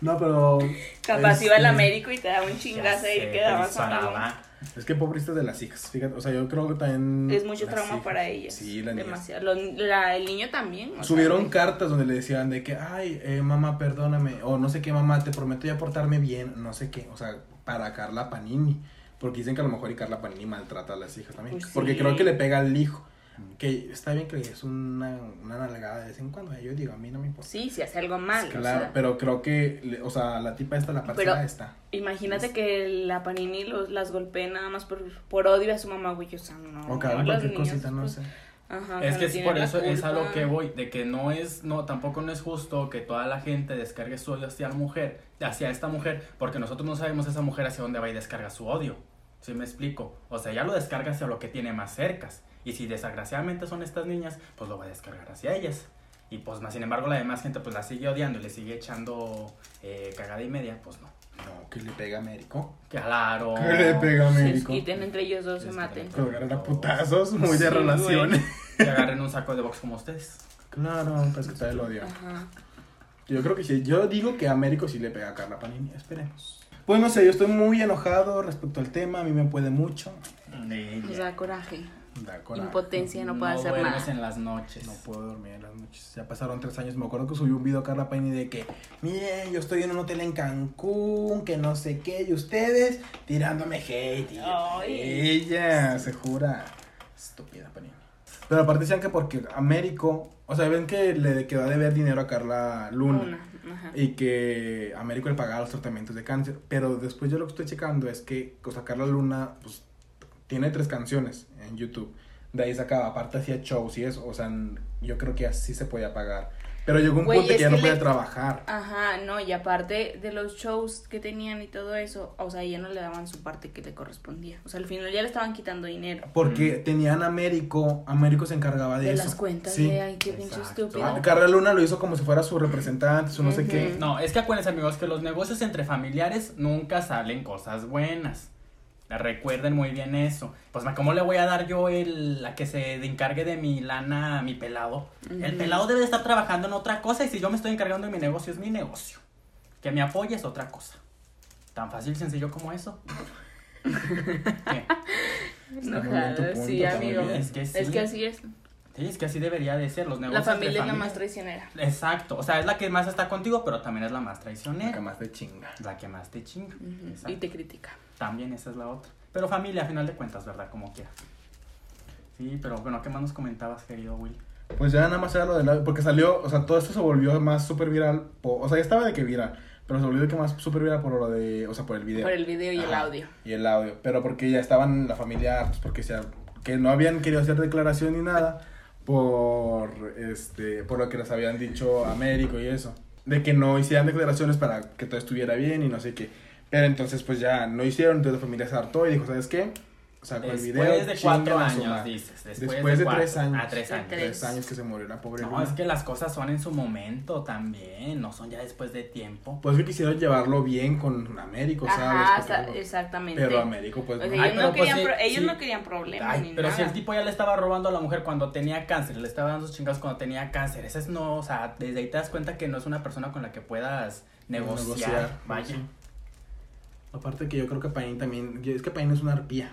No, pero.
Capaz iba al
este,
Américo y te daba un
Ya
chingazo
sé,
y
te
quedabas
disparaba.
amarrado.
Es que pobrecita de las hijas, fíjate, o sea, yo creo que también...
Es mucho
las
trauma
hijas-
para ellas.
Sí, la niña.
Demasiado. Lo- la- el niño también. o
Subieron
sea,
cartas donde le decían de que, ay, eh, mamá, perdóname, o no sé qué, mamá, te prometo ya portarme bien, no sé qué, o sea, para Carla Panini, porque dicen que a lo mejor y Carla Panini maltrata a las hijas también,
Pues sí.
porque creo que le pega al hijo, que está bien que es una, una nalgada de vez en cuando, eh, yo digo, a mí no me importa.
Sí, si hace algo mal. o
Claro,
sea.
pero creo que, le- o sea, la tipa esta, la parcela esta.
Imagínate que la Panini los, las golpee nada más por, por odio a su mamá, güey. O sea, no.
O
no,
Carla,
los
cualquier
niños,
cosita, no
pues,
sé.
ajá,
Es
no
que es
tienen
por
la
eso es a lo
culpa.
que voy, de que no es, no, tampoco no es justo que toda la gente descargue su odio hacia la mujer, hacia esta mujer, porque nosotros no sabemos esa mujer hacia dónde va y descarga su odio. ¿Sí me explico? O sea, ella lo descarga hacia lo que tiene más cercas. Y si desgraciadamente son estas niñas, pues lo va a descargar hacia ellas. Y pues más, sin embargo, la demás gente pues la sigue odiando y le sigue echando eh, cagada y media, pues no.
No, que le pega a Américo.
Claro.
Que le pega a
Se
Américo.
desquiten entre ellos dos, se
Desquiten.
maten.
Que agarran a putazos, muy de
Sí,
relaciones.
Que agarren un saco de box como ustedes.
Claro, pues que está el odio.
Ajá.
Yo creo que sí. Yo digo que a Américo sí le pega a Carla Panini. Esperemos. Pues no sé, yo estoy muy enojado respecto al tema. A mí me puede mucho.
Nos da coraje,
Da coraje.
impotencia, no puede hacer
duermes
nada.
en las noches.
No puedo dormir en las noches. Ya pasaron tres años. Me acuerdo que subí un video a Carla Panini de que, miren, yo estoy en un hotel en Cancún, que no sé qué, y ustedes tirándome hate. Y-
Ay.
Ella se jura. Estúpida Panini. Pero aparte decían que porque Américo, o sea, ven que le quedó de ver dinero a Carla Luna.
Una, ajá.
Y que Américo le pagaba los tratamientos de cáncer. Pero después yo lo que estoy checando es que, o sea, Carla Luna, pues, tiene tres canciones en YouTube. De ahí sacaba, aparte hacía shows y eso. O sea, n- yo creo que así se podía pagar. Pero llegó un
Güey,
punto que
es
ya
que
no
le-
podía trabajar.
Ajá, no, y aparte de los shows que tenían y todo eso, o sea, ya no le daban su parte que le correspondía. O sea, al final ya le estaban quitando dinero
Porque tenían a Américo, Américo se encargaba de,
de
eso.
las cuentas
Sí. Ah,
de ay, qué pinche
Exacto.
estúpido.
Carla Luna lo hizo como si fuera su representante, su no sé qué.
No, es que acuérdense amigos que los negocios entre familiares nunca salen cosas buenas. Recuerden muy bien eso. Pues ma, ¿cómo le voy a dar yo el la que se encargue de mi lana a mi pelado? El pelado debe de estar trabajando en otra cosa y si yo me estoy encargando de mi negocio es mi negocio. Que me apoye es otra cosa. Tan fácil y sencillo como eso. ¿Qué?
Está muy
Enojado,
bien tu punto,
sí,
está muy
amigo.
bien.
Es
Es
que,
que sí.
así es.
Sí, es que así debería de ser los
La
negocios. entre
familia es la más
familias.
traicionera.
Exacto, o sea, es la que más está contigo, pero también es la más
Nunca
traicionera.
más de chinga.
La que más te chinga.
Ujú,
Exacto.
Y te critica.
También esa es la otra. Pero familia, a final de cuentas, ¿verdad? Como quiera. Sí, pero bueno, ¿qué más nos comentabas, querido Will?
Pues ya nada más era lo del labio, porque salió, o sea, todo esto se volvió más súper viral, po- o sea, ya estaba de que viral, pero se volvió de que más súper viral por lo de, o sea, por el video.
Por el video y el
Ajá,
audio.
Y el audio, pero porque ya estaban la familia, pues porque sea, que no habían querido hacer declaración ni nada por, este, por lo que les habían dicho a Américo y eso, de que no hicieran declaraciones para que todo estuviera bien y no sé qué. Pero entonces pues ya no hicieron, entonces la familia se hartó y dijo, ¿sabes qué? Sacó el
Después
video.
de
chingan
cuatro
a su
años,
madre".
dices. Después,
Después de
cuatro.
tres años.
Ah, tres
De
años.
tres.
Tres años que se murió la pobre
No,
Luna.
es que las cosas son en su momento también, no son ya después de tiempo.
Pues que quisieron llevarlo bien con Américo,
Ajá,
¿sabes? Porque-
sa- exactamente.
Pero Américo, pues.
O sea,
no.
Ay,
ellos
pero
no
pues
querían,
sí,
pro- ellos
sí.
no querían problemas.
Ay,
ni
pero si
nada.
el tipo ya le estaba robando a la mujer cuando tenía cáncer, le estaba dando sus chingados cuando tenía cáncer, ese es no, o sea, desde ahí te das cuenta que no es una persona con la que puedas negociar.
Negociar,
Vaya.
sí. Aparte que yo creo que Pain también. Es que Pain es una arpía.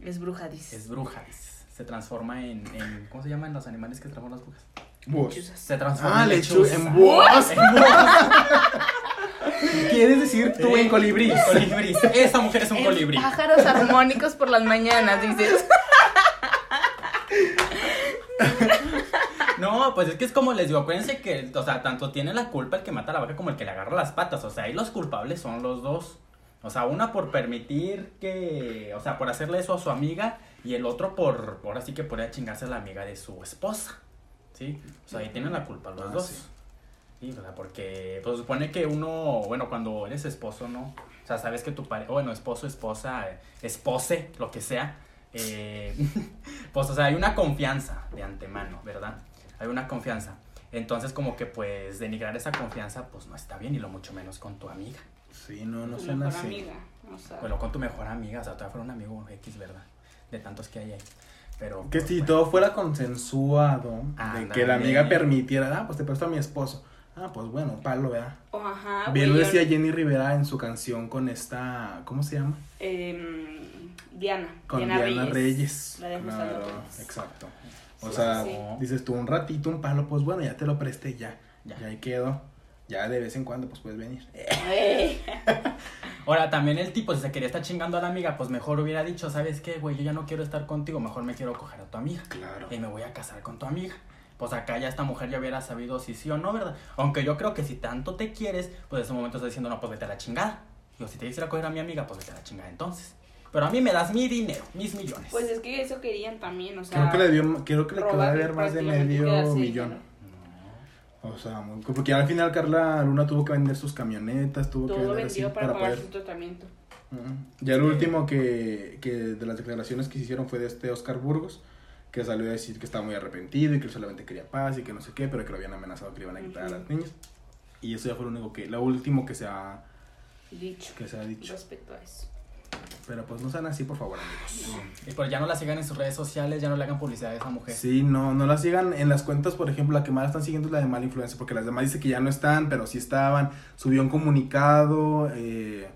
Es brujadis.
Es bruja, dices. se transforma en, en- ¿Cómo se llaman los animales que transforman las brujas?
Bus.
Se transforma
Ah,
en
lechuza.
lechuza.
En bus. ¿Quieres decir tú en colibrí?
Colibrí. Esa mujer es un
En
colibrí.
Pájaros armónicos por las mañanas, dices.
No, pues es que es como les digo, acuérdense que, o sea, tanto tiene la culpa el que mata a la vaca como el que le agarra las patas. O sea, ahí los culpables son los dos. O sea, una por permitir que, o sea, por hacerle eso a su amiga y el otro por, ahora sí que podría chingarse a la amiga de su esposa. ¿Sí? O sea, ahí tienen la culpa los
Ah,
dos.
sí.
Sí, o sea, porque pues, se supone que uno, bueno, cuando eres esposo, ¿no? O sea, sabes que tu pareja, bueno, esposo, esposa, eh, espose, lo que sea, eh, pues, o sea, hay una confianza de antemano, ¿verdad? Hay una confianza. Entonces, como que, pues, denigrar esa confianza, pues, no está bien, y lo mucho menos con tu amiga.
Sí, no, no
Tu
suena
mejor
así.
amiga. O sea,
Bueno, con tu mejor amiga, o sea, todavía fuera un amigo X, ¿verdad? De tantos que hay ahí. Pero,
Que
pues,
si
bueno.
todo fuera consensuado, de
Ándale.
que la amiga permitiera, ah, pues te presto a mi esposo. Ah, pues bueno, palo, ¿verdad?
o ajá,
Bien lo
güey,
decía
yo-
Jenny Rivera en su canción con esta, ¿cómo se llama?
em, Diana.
Con Diana, Reyes.
La de José
Claro,
López.
exacto. O
Sí,
sea,
sí, sí.
dices tú un ratito, un palo, pues bueno, ya te lo presté ya.
Ya.
Ya ahí quedó. Ya de vez en cuando, pues puedes venir.
Eh, Ey.
Ahora, también el tipo, si se quería estar chingando a la amiga, pues mejor hubiera dicho, ¿sabes qué, güey? Yo ya no quiero estar contigo, mejor me quiero coger a tu amiga.
Claro.
eh,
Y me voy a casar con tu amiga. Pues acá ya esta mujer ya hubiera sabido si sí o no, ¿verdad? Aunque yo creo que si tanto te quieres, pues en ese momento estás diciendo, no, pues vete a la chingada. Yo, si te quisiera coger a mi amiga, pues vete a la chingada entonces. Pero a mí me das mi dinero, mis millones.
Pues es que eso querían también, o sea.
Creo que le dio, creo que le quedó a
robarle
ver más de
prácticamente
medio
quedarse
millón. O sea, muy- porque al final Carla Luna tuvo que vender sus camionetas, tuvo que
Todo
vender así
vendido para, pagar
poder
su tratamiento.
Ujú. Ya el último que, que de las declaraciones que se hicieron fue de este Oscar Burgos, que salió a decir que estaba muy arrepentido y que él solamente quería paz y que no sé qué, pero que lo habían amenazado que le iban a quitar a las niñas. Y eso ya fue lo único que, lo último que se ha,
Dicho.
que se ha dicho.
Respecto a eso.
Pero pues no sean así, por favor, amigos.
Y pues ya no la sigan en sus redes sociales, ya no le hagan publicidad a esa mujer.
Sí, no, no la sigan en las cuentas, por ejemplo, la que más están siguiendo es la de Mala Influencia, porque las demás dice que ya no están, pero sí estaban. Subió un comunicado eh,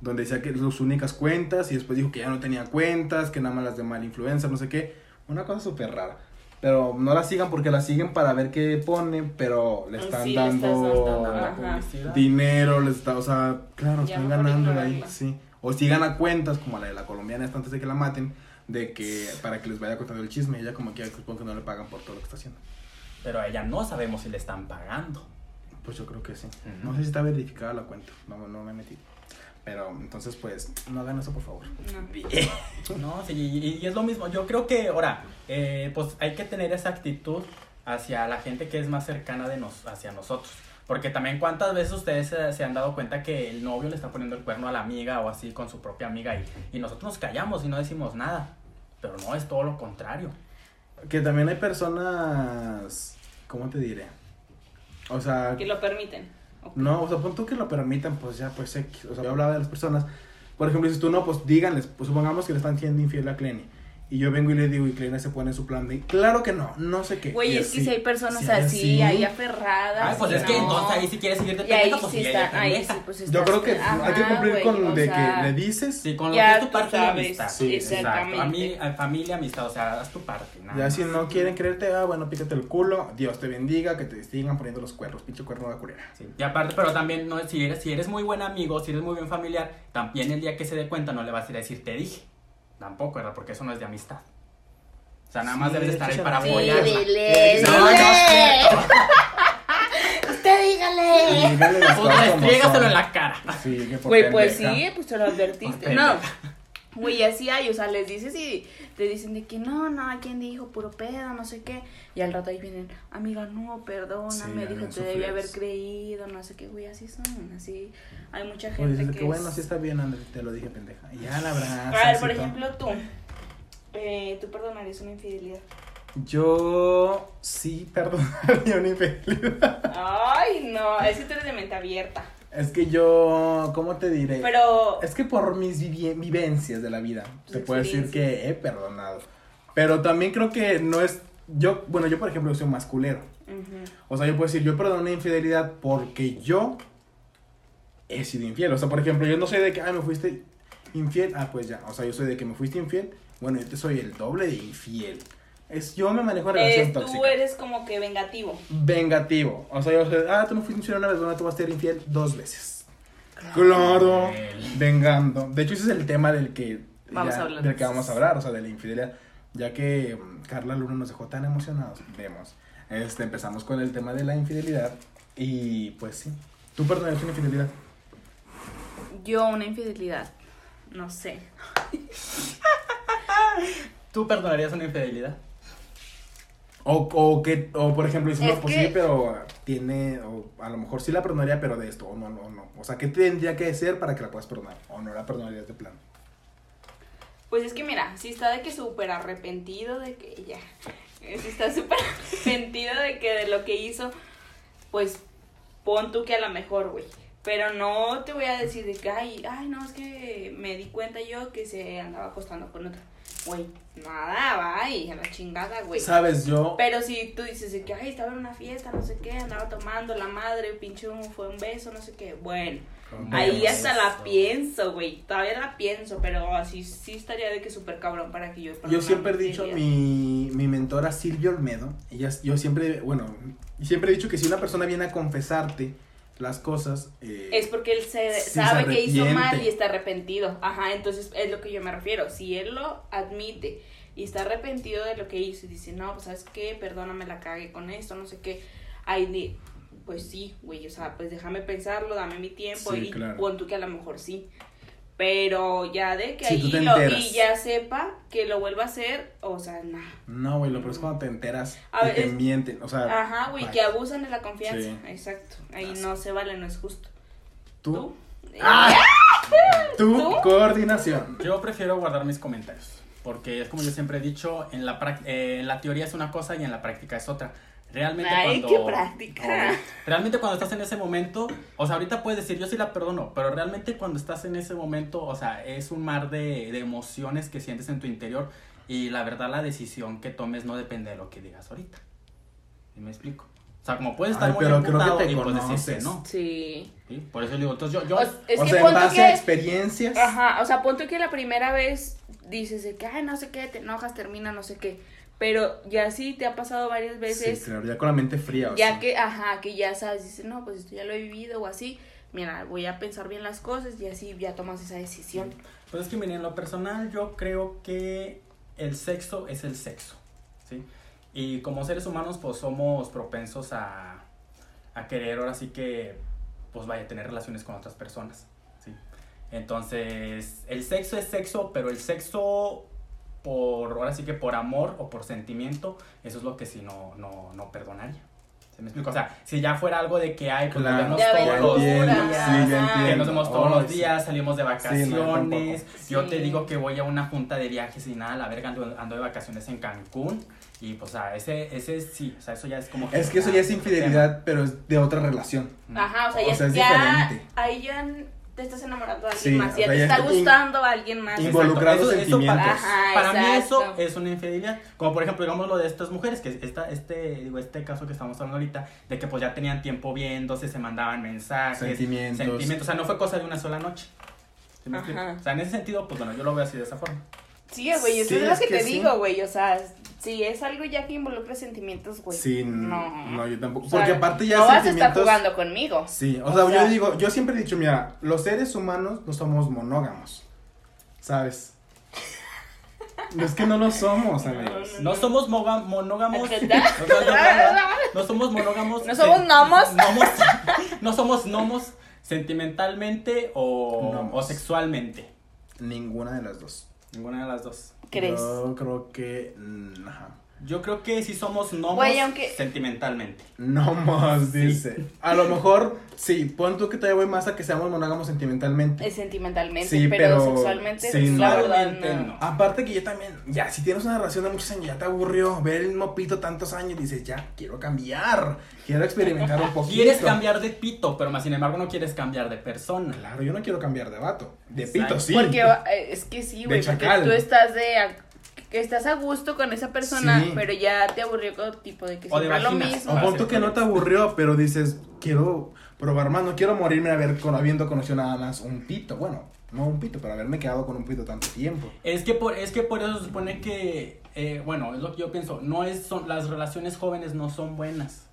donde decía que sus únicas cuentas y después dijo que ya no tenía cuentas, que nada más las de Mala Influencia, no sé qué. Una cosa súper rara. Pero no la sigan porque la siguen para ver qué pone, pero le están
Sí, le estás
dando
dando la
Ajá. publicidad.
dinero, les está, o sea, claro,
Ya
están
mejor
ganando de ahí,
ignorarla.
sí. O si gana cuentas, como la de la colombiana esta antes de que la maten, de que para que les vaya contando el chisme, ella como quiera, supongo que no le pagan por todo lo que está haciendo.
Pero a ella no sabemos si le están pagando.
Pues yo creo que sí. No sé si está verificada la cuenta, no, no me metí. Pero entonces, pues, no hagan eso, por favor.
No.
No, sí, y, y es lo mismo. Yo creo que, ahora, eh, pues hay que tener esa actitud hacia la gente que es más cercana de nos, hacia nosotros. Porque también cuántas veces ustedes eh, se han dado cuenta que el novio le está poniendo el cuerno a la amiga o así con su propia amiga y, y nosotros nos callamos y no decimos nada. Pero no, es todo lo contrario.
Que también hay personas, ¿cómo te diré? O sea,
Que lo permiten. Ok.
No, o sea, pon tú que lo permitan, pues ya, pues X. O sea, yo hablaba de las personas. Por ejemplo, dices tú, no, pues díganles, pues supongamos que le están siendo infiel a Clenny. Y yo vengo y le digo, y Clenny se pone su plan de, claro que no, no sé qué.
Güey,
Y
es que
así.
si hay personas
Sí,
así,
así.
ahí aferradas.
Ay, pues es que
no.
entonces ahí si quieres seguir de
Y ahí
pendeja, pues
sí
ya, ya
está, ahí
pendeja.
sí, pues está.
Yo creo que hay que cumplir con de que le dices.
Sí, con lo
Ya
que es tu
tú
parte de la
sabes,
amistad.
sí, exactamente.
Ami- eh, familia, amistad, o sea, haz tu parte. nada
Ya
más.
si no quieren creerte, ah, bueno, pícate el culo, Dios te bendiga, que te sigan poniendo los cuernos, pinche cuerno de culera.
Sí, Y aparte, pero también, no, si, eres, si eres muy buen amigo, si eres muy buen familiar, también el día que se dé cuenta no le vas a ir a decir te dije. Tampoco, ¿verdad? Porque eso no es de amistad. O sea, nada más
Sí,
debes estar ahí
sí,
para
sí,
apoyarla.
dile,
No, no es cierto.
Usted dígale.
Dígale las
Pues,
cosas como
restrígaselo
son.
en la cara.
Sí, que por
Güey, pues
pendeja.
sí, pues te lo advertiste.
Por
No. Güey, así hay, o sea, les dices y te dicen de que no, no, ¿quién dijo? Puro pedo, no sé qué. Y al rato ahí vienen, amiga, no,
Sí,
perdóname,
ya
dijo,
bien
te debí
sufridas.
haber creído, no sé qué, güey, así son, así. Hay mucha
Pues
gente
dices,
que.
que bueno,
es-
sí está bien, Andrés, te lo dije, pendeja. Y ya la verdad.
A ver, por ejemplo, tú. Eh, tú perdonarías una infidelidad.
Yo sí perdonaría una infidelidad.
Ay, no, es que tú eres de mente abierta.
Es que yo, ¿cómo te diré?
Pero.
Eh, Es que por mis vivi- vivencias de la vida,
Tus
te puedo decir
experiencias.
que he perdonado. Pero también creo que no es. Yo, bueno, yo por ejemplo, soy más culero.
Ujú.
O sea, yo puedo decir, yo perdoné una infidelidad porque yo he sido infiel. O sea, por ejemplo, yo no soy de que, ah, me fuiste infiel. Ah, pues ya. O sea, yo soy de que me fuiste infiel. Bueno, yo te soy el doble de infiel. Es yo me manejo en relación
Es-
tóxica.
Eh, tú eres como que vengativo.
Vengativo. O sea, yo sé, ah, tú no fuiste infiel una vez, bueno, tú vas a ser infiel dos veces. Claro. Vengando. De hecho, ese es el tema del que
Vamos
ya-
a hablar.
del que vamos a hablar, o sea, de la infidelidad. Ya que mm, Carla Luna nos dejó tan emocionados, vemos. Este, empezamos con el tema de la infidelidad y pues sí. Tú perdonaste una infidelidad.
Yo, una infidelidad. No sé.
¿Tú perdonarías una infidelidad?
O, o que, o por ejemplo, dices,
Es
no, pues
que-
sí, pero tiene, o a lo mejor sí la perdonaría, pero de esto, o no, no, no. O sea, ¿qué tendría que ser para que la puedas perdonar? O no la perdonarías de plano.
Pues es que mira, si está de que súper arrepentido de que ya. eh, Si está súper arrepentido de que de lo que hizo, pues pon tú que a lo mejor, güey. Pero no te voy a decir de que, ay, ay, no, es que me di cuenta yo que se andaba acostando con otra. Güey, nada, bye, a la chingada, güey.
Sabes, yo.
Pero si tú dices de que, ay, estaba en una fiesta, no sé qué, andaba tomando la madre, pinche un- fue un beso, no sé qué. Bueno, ahí
Beso.
hasta la pienso, güey. Todavía la pienso, pero así sí estaría de que súper cabrón para que yo...
Yo siempre he dicho, mi, mi mentora Silvia Olmedo, ella, yo siempre, bueno, siempre he dicho que si una persona viene a confesarte las cosas, eh,
Es porque él se
Sí, se
sabe que hizo mal
arrepiente.
y está arrepentido. Ajá, entonces es lo que yo me refiero. Si él lo admite y está arrepentido de lo que hizo y dice, no, pues sabes qué, perdóname, la cagué con esto, no sé qué. Ahí di- pues sí, güey, o sea, pues déjame pensarlo, dame mi tiempo
Sí,
y
claro.
pon tú que a lo mejor sí. Pero ya de que
Si tú
ahí
te
lo, y
enteras.
ya sepa que lo vuelva a hacer, o sea, nada.
no, güey, lo peor es cuando te enteras
A
y te
ver, es-
mienten, o sea,
Ajá, güey,
bye.
que abusan de la confianza.
Sí.
Exacto. Ahí no se vale, no es justo.
tú, Ah.
¿Tú? Eh,
tú,
¿Tú?
coordinación.
Yo prefiero guardar mis comentarios. Porque es como yo siempre he dicho, en la, prac- eh, en la teoría es una cosa y en la práctica es otra. Realmente
Ay,
cuando...
qué práctica.
No, realmente cuando estás en ese momento, o sea, ahorita puedes decir, yo sí la perdono, pero realmente cuando estás en ese momento, o sea, es un mar de, de emociones que sientes en tu interior y la verdad la decisión que tomes no depende de lo que digas ahorita. ¿Sí me explico? O sea, como puedes estar
Ay,
muy
pero creo que
emputado
te
y puedes decir
conoces.
que no.
Sí.
¿sí? Por eso digo, entonces yo... yo
O- es
o
que
sea, en
ponte
base
que-
a experiencias,
Ajá, o sea, ponte que la primera vez dices de que, ay, no sé qué, te enojas, termina, no sé qué. Pero ya sí te ha pasado varias veces,
sí, claro, ya con la mente fría, o
ya
sea.
que, ajá, que ya sabes, dices, no, pues esto ya lo he vivido o así. Mira, voy a pensar bien las cosas y así ya tomas esa decisión.
Pues es que miren, en lo personal yo creo que el sexo es el sexo, ¿sí? Y como seres humanos pues somos propensos a, a querer ahora sí que pues vaya a tener relaciones con otras personas, ¿sí? Entonces, el sexo es sexo, pero el sexo por ahora sí que por amor o por sentimiento, eso es lo que sí no, no, no perdonaría. ¿Se me explico? O sea, si ya fuera algo de que hay, pues
Claro,
nos vemos
Ya ven,
todos los
entiendo,
días,
sí, ya
que
entiendo.
nos vemos todos
Ay,
los
Oh, sí.
días, salimos de vacaciones.
tampoco.
Yo
Sí.
te digo que voy a una junta de viajes y nada, la verga, ando, ando de vacaciones en Cancún. Y pues, o sea, ese, ese sí, o sea, eso ya es como.
Es que eso ya es infidelidad, pero es de otra relación.
Ajá, o sea,
Mm. O
ya,
sea, es
ya-
diferente.
ahí ya te estás enamorando de alguien
Sí,
más,
o
ya
sea,
te
ya
está
está in-
gustando a alguien más.
in- Involucrados
Exacto,
sentimientos.
para,
Ajá,
para mí
exacto.
eso es una infidelidad. Como por ejemplo, digamos lo de estas mujeres, que esta, este, digo, este caso que estamos hablando ahorita, de que pues ya tenían tiempo viéndose, se mandaban mensajes,
Sentimientos.
sentimientos. O sea, no fue cosa de una sola noche. ¿Sí me
Ajá.
explico? O sea, en ese sentido, pues bueno, yo lo veo así de esa forma.
Sí, güey, eso
Sí,
es lo
es
que,
que
te
sí.
digo, güey, o sea, si es algo ya que involucra sentimientos, güey.
Sí,
Pues no.
no, yo tampoco.
O sea,
Porque aparte ya
no vas a estar
sentimientos.
jugando conmigo.
Sí, o,
O
sea,
sea-
yo digo, yo siempre he dicho, mira, los seres humanos no somos monógamos, ¿sabes? No es que no lo somos, amigos.
No somos moga- monógamos.
¿Qué
No
tal?
somos monógamos.
¿No
No somos monógamos.
somos
sen-
gnomos?
gnomos. No somos gnomos sentimentalmente o,
Gnomos.
o sexualmente.
Ninguna de las dos.
Ninguna de las dos.
¿Crees?
Yo creo que. mm, Ajá.
Yo creo que sí somos gnomos
Güey, aunque-
sentimentalmente.
No más, dice. A lo mejor, sí, pon tú que todavía voy más a que seamos monógamos sentimentalmente.
Es eh, sentimentalmente,
Sí,
pero,
pero-
sexualmente,
sí,
la
no.
verdad,
Claramente
no.
no.
Aparte que yo también, ya, si tienes una relación de muchos años, ya te aburrió ver el mismo pito tantos años, dices, ya, quiero cambiar, quiero experimentar un poquito.
Quieres cambiar de pito, pero más sin embargo no quieres cambiar de persona.
Claro, yo no quiero cambiar de vato. De
Exacto.
pito, sí.
Porque eh, es que sí,
De
güey, porque
chacal.
tú estás de ac- que estás a gusto con esa persona,
Sí.
pero ya te aburrió con tipo de que
O de
siempre lo
vaginas.
mismo.
O pon tú que no te aburrió, pero dices, quiero probar más, no quiero morirme a ver con, habiendo conocido nada más un pito. Bueno, no un pito, pero haberme quedado con un pito tanto tiempo.
Es que por, es que por eso se supone que, eh, bueno, es lo que yo pienso, no es, son, las relaciones jóvenes no son buenas.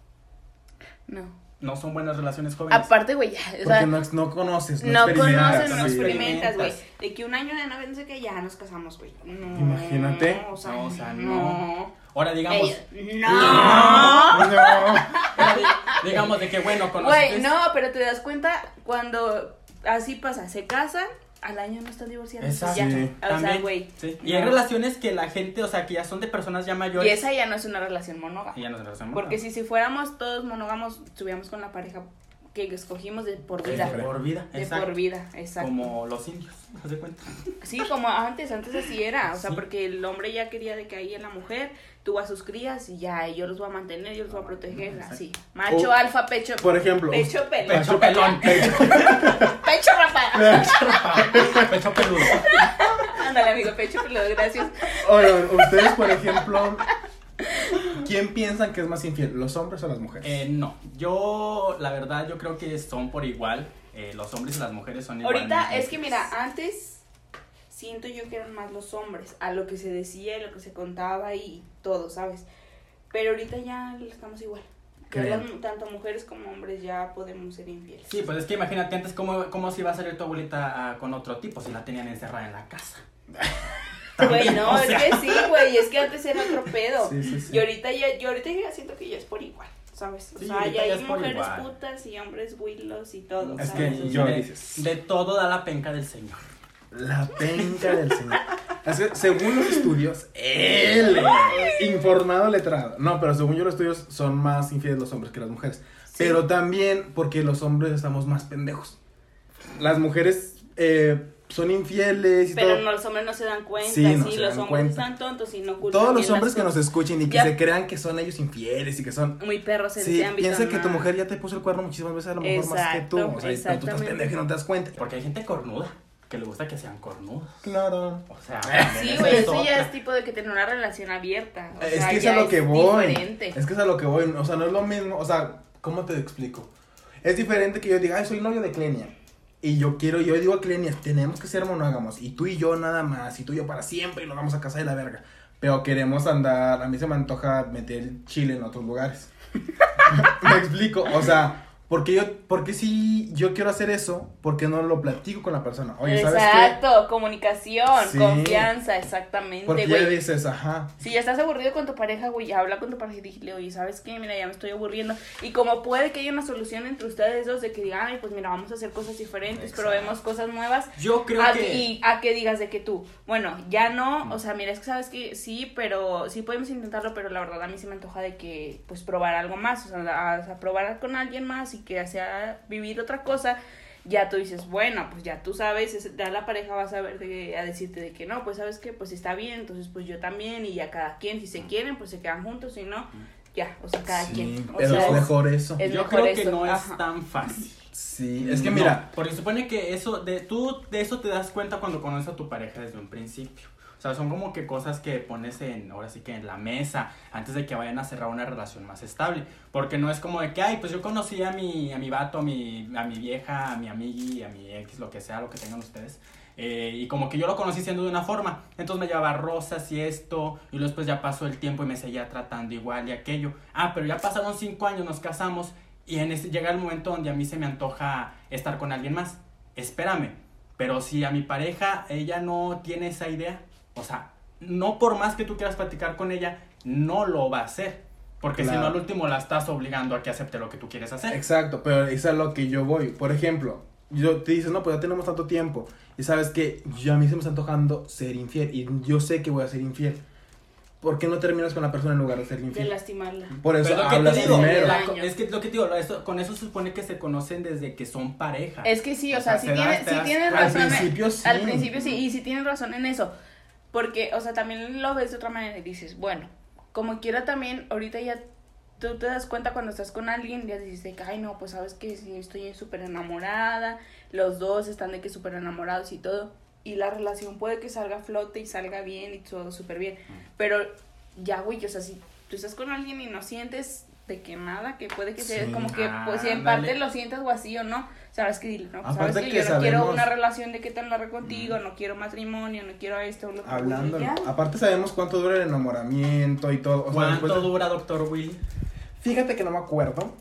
No.
No son buenas relaciones jóvenes.
Aparte, güey, ya, o
Pues. Porque
sea,
no, no conoces, Pues,
no,
no, experimentas.
conoces, no
sí.
experimentas, güey.
Experimentas.
De que un año de novia, no sé qué, ya nos casamos, güey. No,
Imagínate.
O sea,
No, o sea,
no.
no. Ahora digamos,
Ey, no.
ahora di- digamos de que bueno,
Güey,
conoces.
no, pero te das cuenta cuando así pasa, se casan, al año no están divorciados. pues,
Exacto.
Ya.
Sí.
O sea,
También,
güey.
sí. Y hay relaciones que la gente, o sea, que ya son de personas ya
Y
mayores.
esa ya no es una relación monógama.
Y ya no se relacionan.
Porque si, si fuéramos todos monógamos, estuviéramos con la pareja que escogimos de por vida.
De por vida,
De
exacto.
por vida, exacto.
Como los indios, ¿haz de cuenta?
Sí, como antes, antes así era. O sea,
Sí.
porque el hombre ya quería de que ahí en la mujer, tú a sus crías y ya, yo los voy a mantener, yo los voy a proteger, así. Macho,
O,
alfa, pecho.
Por ejemplo,
Pecho pelón.
Pecho pelón.
Pecho rapada.
Pecho peludo.
Ándale, amigo, pecho pelón, gracias.
oigan, ustedes, por ejemplo, ¿quién piensan que es más infiel, los hombres o las mujeres?
Eh, no, yo la verdad yo creo que son por igual. eh, los hombres y las mujeres son igual.
Ahorita es que mira, antes siento yo que eran más los hombres, a lo que se decía, y lo que se contaba y todo, ¿sabes? Pero ahorita ya estamos igual.
Qué
Ahora
bien.
mu- tanto mujeres como hombres ya podemos ser infieles.
Sí, pues es que imagínate antes cómo, cómo se iba a salir tu abuelita ah, con otro tipo si la tenían encerrada en la casa.
Güey, no,
o sea.
es que sí, güey, es que antes era otro pedo.
Sí, sí, sí.
Y ahorita ya, yo ahorita ya siento que ya es por igual, ¿sabes? O
Sí,
sea,
ahorita
ya
ya
hay
es por
mujeres
igual.
putas y hombres willos y todo,
Es
¿sabes?
que
O sea,
yo-
de,
dices.
de todo da la penca del señor.
La penca del señor. Es que, según los estudios, él, informado letrado. No, pero según yo los estudios son más infieles los hombres que las mujeres. Pero también porque los hombres estamos más pendejos. Las mujeres eh, son infieles y
Pero
todo.
no, los hombres no se dan cuenta,
Sí,
sí,
no se dan
los hombres
cuenta.
están tontos y no ocultan
Todos los
bien
hombres
las
que nos
cosas.
escuchen y que
Ya.
se crean que son ellos infieles y que son...
Muy perros en
Sí,
ese ámbito.
piensa que tu
no.
mujer ya te puso el cuerno muchísimas veces, a lo mejor más que tú.
Exacto,
O sea, pero tú estás
exactamente.
pendejo y no te das cuenta.
Porque hay gente cornuda que le gusta que sean cornudos.
Claro.
O sea,
Sí,
esa
güey,
es
eso
otra.
ya es tipo de que tener una relación abierta. o
Es
sea,
que es
ya
a lo que voy.
diferente.
Es que es a lo que voy. O sea, no es lo mismo. O sea, ¿cómo te explico? Es diferente que yo diga, ay, soy novio de Clenia. Y yo quiero, yo digo a Clenia, tenemos que ser monógamos. Y tú y yo nada más. Y tú y yo para siempre. Y nos vamos a casa de la verga. Pero queremos andar. A mí se me antoja meter chile en otros lugares. me explico. O sea. Porque yo, porque si yo quiero hacer eso, ¿por qué no lo platico con la persona? Oye, ¿sabes qué?
Exacto, comunicación,
Sí.
confianza, exactamente,
Porque
güey.
ya dices, ajá,
Si ya estás aburrido con tu pareja, güey, habla con tu pareja y dile, oye, ¿sabes qué? Mira, ya me estoy aburriendo. Y como puede que haya una solución entre ustedes dos de que digan, ay, pues mira, vamos a hacer cosas diferentes,
Exacto.
probemos cosas nuevas.
Yo creo
a,
que.
Y a que digas de que tú, bueno, ya no, o sea, mira, es que sabes que sí, pero sí podemos intentarlo, pero la verdad a mí se me antoja de que, pues, probar algo más, o sea, la- o sea, probar con alguien más y que sea vivir otra cosa. Ya tú dices, bueno, pues ya tú sabes, es- ya la pareja va a saber, de- a decirte de que no, pues sabes que, pues está bien, entonces pues yo también, y ya cada quien, si se quieren, pues se quedan juntos, si no, ya, o sea, cada
Ah. Sí,
quien. O
pero
sea,
es mejor eso.
es
yo
mejor
creo que
eso,
no
ajá.
es tan fácil.
Sí, es que
Mm, No,
mira,
porque supone que eso, de, tú de eso te das cuenta cuando conoces a tu pareja desde un principio. O sea, son como que cosas que pones en, ahora sí que en la mesa, antes de que vayan a cerrar una relación más estable. Porque no es como de que, ay, pues yo conocí a mi, a mi vato, a mi, a mi vieja, a mi amigui, a mi ex, lo que sea, lo que tengan ustedes. Eh, y como que yo lo conocí siendo de una forma. Entonces me llevaba rosas y esto. Y luego después ya pasó el tiempo y me seguía tratando igual y aquello. Ah, pero ya pasaron cinco años, nos casamos. Y en ese, llega el momento donde a mí se me antoja estar con alguien más. Espérame. Pero si a mi pareja ella no tiene esa idea, o sea, no por más que tú quieras platicar con ella, no lo va a hacer. Porque si
Claro.
no, al último la estás obligando a que acepte lo que tú quieres hacer.
Exacto, pero es a lo que yo voy. Por ejemplo, yo te dices, no, pues ya tenemos tanto tiempo. Y sabes que yo, a mí se me está antojando ser infiel. Y yo sé que voy a ser infiel. ¿Por qué no terminas con la persona en lugar de ser
De
infiel?
lastimarla.
Por eso
Pero es lo que
hablas
te digo,
primero.
la-
Daño.
es que lo que te digo, lo- eso- con eso se supone que se conocen desde que son pareja.
Es que sí, o
O
sea,
sea,
sí
este te
tiene-
das-
sí
te
tienes,
das-
al
razón. eh,
principio sí.
Al principio sí, y sí tienes razón en eso. Porque, o sea, también lo ves de otra manera y dices, bueno, como quiera también, ahorita ya tú te das cuenta cuando estás con alguien, ya dices, de que, ay, no, pues sabes que sí, estoy súper enamorada, los dos están de que súper enamorados y todo. y la relación puede que salga a flote y salga bien y todo súper bien. Pero ya, güey, o sea, si tú estás con alguien y no sientes de que nada, que puede que sea
Sí.
como que, pues si en
Ándale.
parte lo sientas o así o no, sabes que dile, no, pues,
Aparte
sabes que,
que
yo no quiero
sabemos-
una relación de qué tan larga contigo, no quiero matrimonio, no quiero esto, lo que
Hablando.
ya.
Aparte sabemos cuánto dura el enamoramiento y todo. O sea,
¿Cuánto
después de-
dura, doctor Will?
Fíjate que no me acuerdo.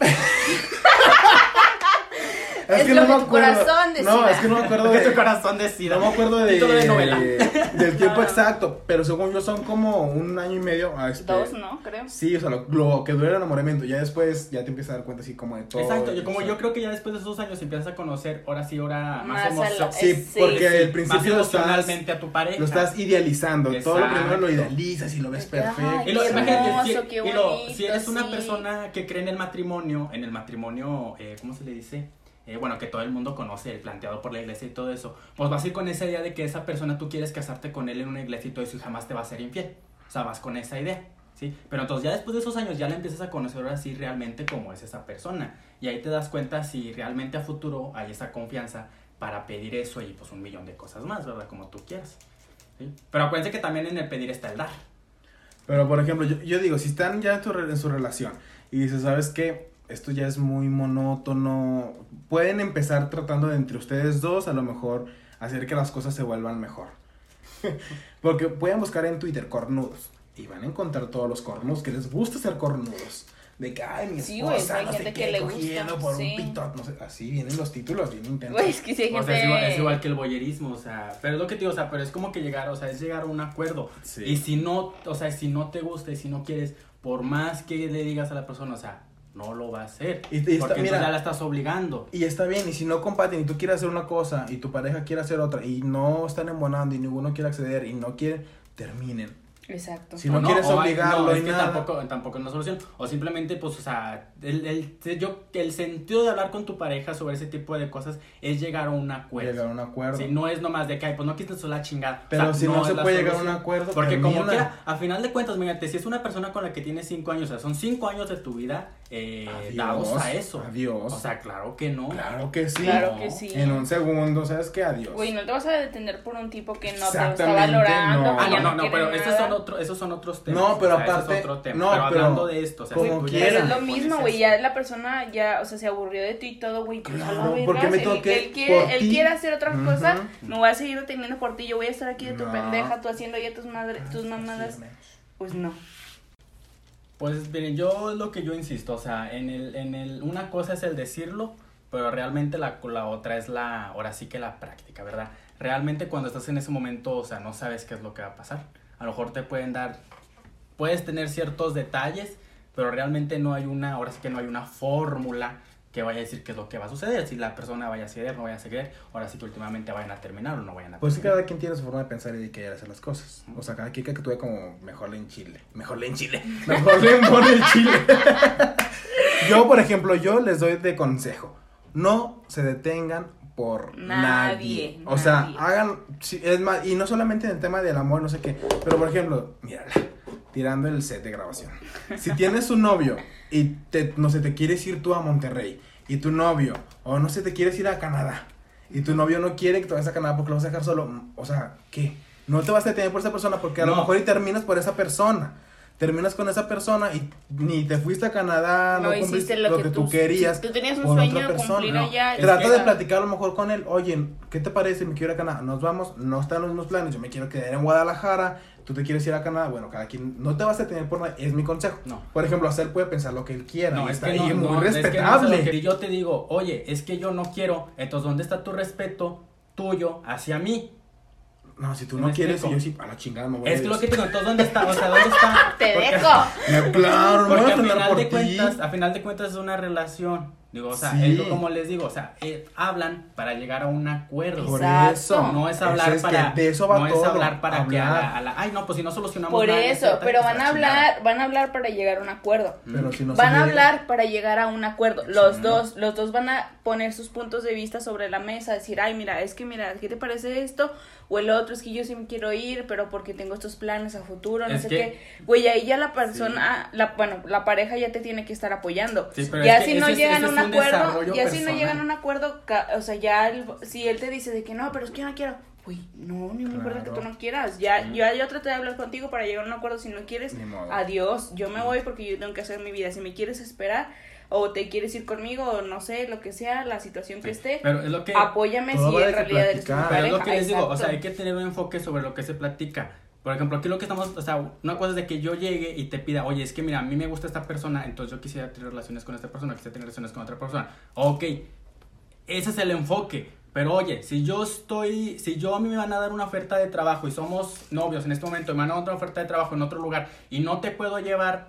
Es lo que tu corazón
No,
decida.
es que no me acuerdo de
Que tu corazón decida.
No me acuerdo de,
Título de novela.
del tiempo exacto, pero según yo son como un año y medio. ah, este,
Dos, ¿no? Creo.
Sí, o sea, lo, lo que dura el enamoramiento. Ya después ya te empiezas a dar cuenta así como de todo.
Exacto, yo- como
o sea.
yo creo que ya después de esos años empiezas a conocer, ahora sí, ahora
Más a
más,
la-
emocionalmente
Sí,
Eh, Sí.
porque
Sí,
al principio lo estás,
emocionalmente a tu pareja.
lo estás idealizando. Todo lo primero lo
Exacto.
idealizas y lo ves
Ay,
perfecto.
Y lo
Qué
imagínate,
hermoso,
si,
qué
y lo-
bonito,
si eres una
sí.
persona que cree en el matrimonio, en el matrimonio, eh, ¿cómo se le dice? Eh, bueno, que todo el mundo conoce, el planteado por la iglesia y todo eso, pues vas a ir con esa idea de que esa persona tú quieres casarte con él en una iglesia y todo eso y jamás te va a ser infiel. O sea, vas con esa idea, ¿sí? Pero entonces ya después de esos años ya la empiezas a conocer ahora sí realmente cómo es esa persona. Y ahí te das cuenta si realmente a futuro hay esa confianza para pedir eso y pues un millón de cosas más, ¿verdad? Como tú quieras. ¿sí? Pero acuérdense que también en el pedir está el dar.
Pero por ejemplo, yo, yo digo, si están ya en, tu re- en su relación y dices, ¿sabes qué? Esto ya es muy monótono. Pueden empezar tratando de entre ustedes dos, a lo mejor hacer que las cosas se vuelvan mejor. Porque pueden buscar en Twitter cornudos y van a encontrar todos los cornudos que les gusta ser cornudos. De que, ay, mi
Sí, güey,
esposa,
hay
no
gente
sé
que
qué,
le
cogiendo
gusta,
por
sí.
un pitot, no sé. Así vienen los títulos, bien intensos.
Güey, es que si hay
O
gente...
sea, es igual, es igual que el boyerismo, o sea, pero es lo que te digo, o sea, pero es como que llegar, o sea, es llegar a un acuerdo.
Sí.
Y si no, o sea, si no te gusta y si no quieres, por más que le digas a la persona, o sea, no lo va a hacer.
Y- y está-
porque
mira.
entonces ya la estás obligando.
Y está bien, y si no comparten y tú quieres hacer una cosa y tu pareja quiere hacer otra y no están embonando y ninguno quiere acceder y no quiere, terminen.
Exacto.
Si no,
O
quieres
o hay-
obligarlo
no,
y
es que
nada.
tampoco, tampoco es una solución. O simplemente, pues, o sea, el, el, yo, el sentido de hablar con tu pareja sobre ese tipo de cosas es llegar a un acuerdo.
llegar a un acuerdo.
pues, Si no es nomás de que, ay, pues no quites la chingada. O
Pero
sea,
si no,
es
se
la
puede llegar a un
solución.
acuerdo,
Porque como
termina.
quiera, a final de cuentas, mírate, si es una persona con la que tienes cinco años, o sea, son cinco años de tu vida eh,
Adiós,
dados a eso.
adiós.
O sea, claro que no.
Claro que sí.
Claro
No,
que sí.
En un segundo, ¿sabes qué? Adiós.
Güey, no te vas a detener por un tipo que no te lo está
Exactamente,
valorando.
no.
que
Ah,
ya
no, no, no,
quiere
pero estos
nada.
son, otro, esos son otros temas.
No, pero
o sea, ese es
aparte-
otro tema.
no,
pero
pero
hablando de esto, o sea,
como
tú ya-
Pero
quiera.
es lo
te pones
mismo, güey.
así.
Ya la persona ya, o sea, se aburrió de ti y todo, güey. pues, a la
Claro,
verga,
¿por qué me
si
tengo
él-
que-
Él quiere,
por
él
ti?
quiere hacer otra
Ujú.
cosa, me voy a seguir deteniendo por ti. Yo voy a estar aquí de tu
No.
pendeja, tú haciendo ya tus, madre, tus mamadas. Pues no.
Pues miren, yo es lo que yo insisto, o sea, en el, en el, una cosa es el decirlo, pero realmente la, la otra es la, ahora sí que la práctica, ¿verdad? Realmente cuando estás en ese momento, o sea, no sabes qué es lo que va a pasar. A lo mejor te pueden dar, puedes tener ciertos detalles, pero realmente no hay una, ahora sí que no hay una fórmula que vaya a decir qué es lo que va a suceder, si la persona vaya a ceder, no vaya a ceder, ahora sí que últimamente vayan a terminar o no vayan a terminar.
Pues sí, cada quien tiene su forma de pensar y de querer hacer las cosas. O sea, cada quien que actúe como mejor le enchile. Mejor le enchile. Mejor le embone el chile. yo, por ejemplo, yo les doy de consejo. No se detengan por nadie.
Nadie,
O sea,
nadie.
hagan. sí, es más, y no solamente en el tema del amor, no sé qué. Pero, por ejemplo, mírala. Tirando el set de grabación. Si tienes un novio y te, no sé, te quieres ir tú a Monterrey y tu novio, o no sé, te quieres ir a Canadá y tu novio no quiere que te vayas a Canadá porque lo vas a dejar solo, mm, o sea, ¿qué? No te vas a detener por esa persona porque a lo
No.
mejor y terminas por esa persona. Terminas con esa persona y ni te fuiste a Canadá, Ah, no,
No hiciste
cumpliste
lo
lo
que
que
tú-
tú querías.
tú tenías un
por
sueño
otra
de cumplir allá y-
Trata
Es
de
que-
platicar a lo mejor con él. Oye, ¿qué te parece? Me quiero ir a Canadá. Nos vamos. No están los mismos planes. Yo me quiero quedar en Guadalajara. Tú te quieres ir a Canadá. Bueno, cada quien. No te vas a detener por nada. Es mi consejo.
No.
Por ejemplo, hacer puede pensar lo que él quiera.
No,
y
es
está
que
ahí muy
no, no, es que no,
respetable.
o sea, si yo te digo, oye, es que yo no quiero, entonces ¿dónde está tu respeto tuyo hacia mí?
No, si tú
¿Sí
no
me
quieres,
explico?
yo sí, a la chingada me voy a
este Es que lo
Dios.
que te digo, entonces ¿dónde está? O sea, ¿dónde está?
Te
Porque-
dejo.
No, Claro, no voy
Porque
a
a
pelear
final
por
de
ti.
cuentas, a final de cuentas es una relación. Digo, o sea,
Sí.
es lo- como les digo, o sea, eh, hablan para llegar a un acuerdo.
Por
Exacto.
eso.
No es hablar
Eso es que
para
de eso va
no es
todo,
hablar para que a
hablar.
la, a la- ay no, pues si no solucionamos
Por
nada,
eso,
etcétera,
pero
pues,
van
la
a
chingada.
hablar, van a hablar para llegar a un acuerdo.
Pero si no se
van a
llega-
hablar para llegar a un acuerdo. Los dos, los dos van a poner sus puntos de vista sobre la mesa, decir, ay, mira, es que mira, ¿qué te parece esto? O el otro es que yo sí me quiero ir, pero porque tengo estos planes a futuro, no
Es
sé
que-
qué. Güey, ahí ya la persona, la, bueno, la pareja ya te tiene que estar apoyando.
Sí, pero
ya
es que
si no
ese es-
llegan
ese
a un
es un
acuerdo,
desarrollo
ya si no
personal.
llegan a un acuerdo, ca- o sea, ya el- si él te dice de que no, pero es que yo no quiero, Güey, no, ningún acuerdo que
Claro.
tú no quieras. Ya, yo, yo traté de hablar contigo para llegar a un acuerdo. Si no quieres,
Ni modo.
adiós. Yo me voy porque yo tengo que hacer mi vida. Si me quieres esperar o te quieres ir conmigo o no sé, lo que sea, la situación que esté,
Pero es lo que.
apóyame
todo
si
vale
en
que
realidad eres mi pareja.
platicar.
Pero es lo que les digo, o sea, hay
exacto.
que tener un enfoque sobre lo que se platica. Por ejemplo, aquí lo que estamos, o sea, una cosa es de que yo llegue y te pida, oye, es que mira, a mí me gusta esta persona, entonces yo quisiera tener relaciones con esta persona, quisiera tener relaciones con otra persona. Ok, ese es el enfoque. Pero oye, si yo estoy, si yo a mí me van a dar una oferta de trabajo y somos novios en este momento, y me van a dar otra oferta de trabajo en otro lugar y no te puedo llevar,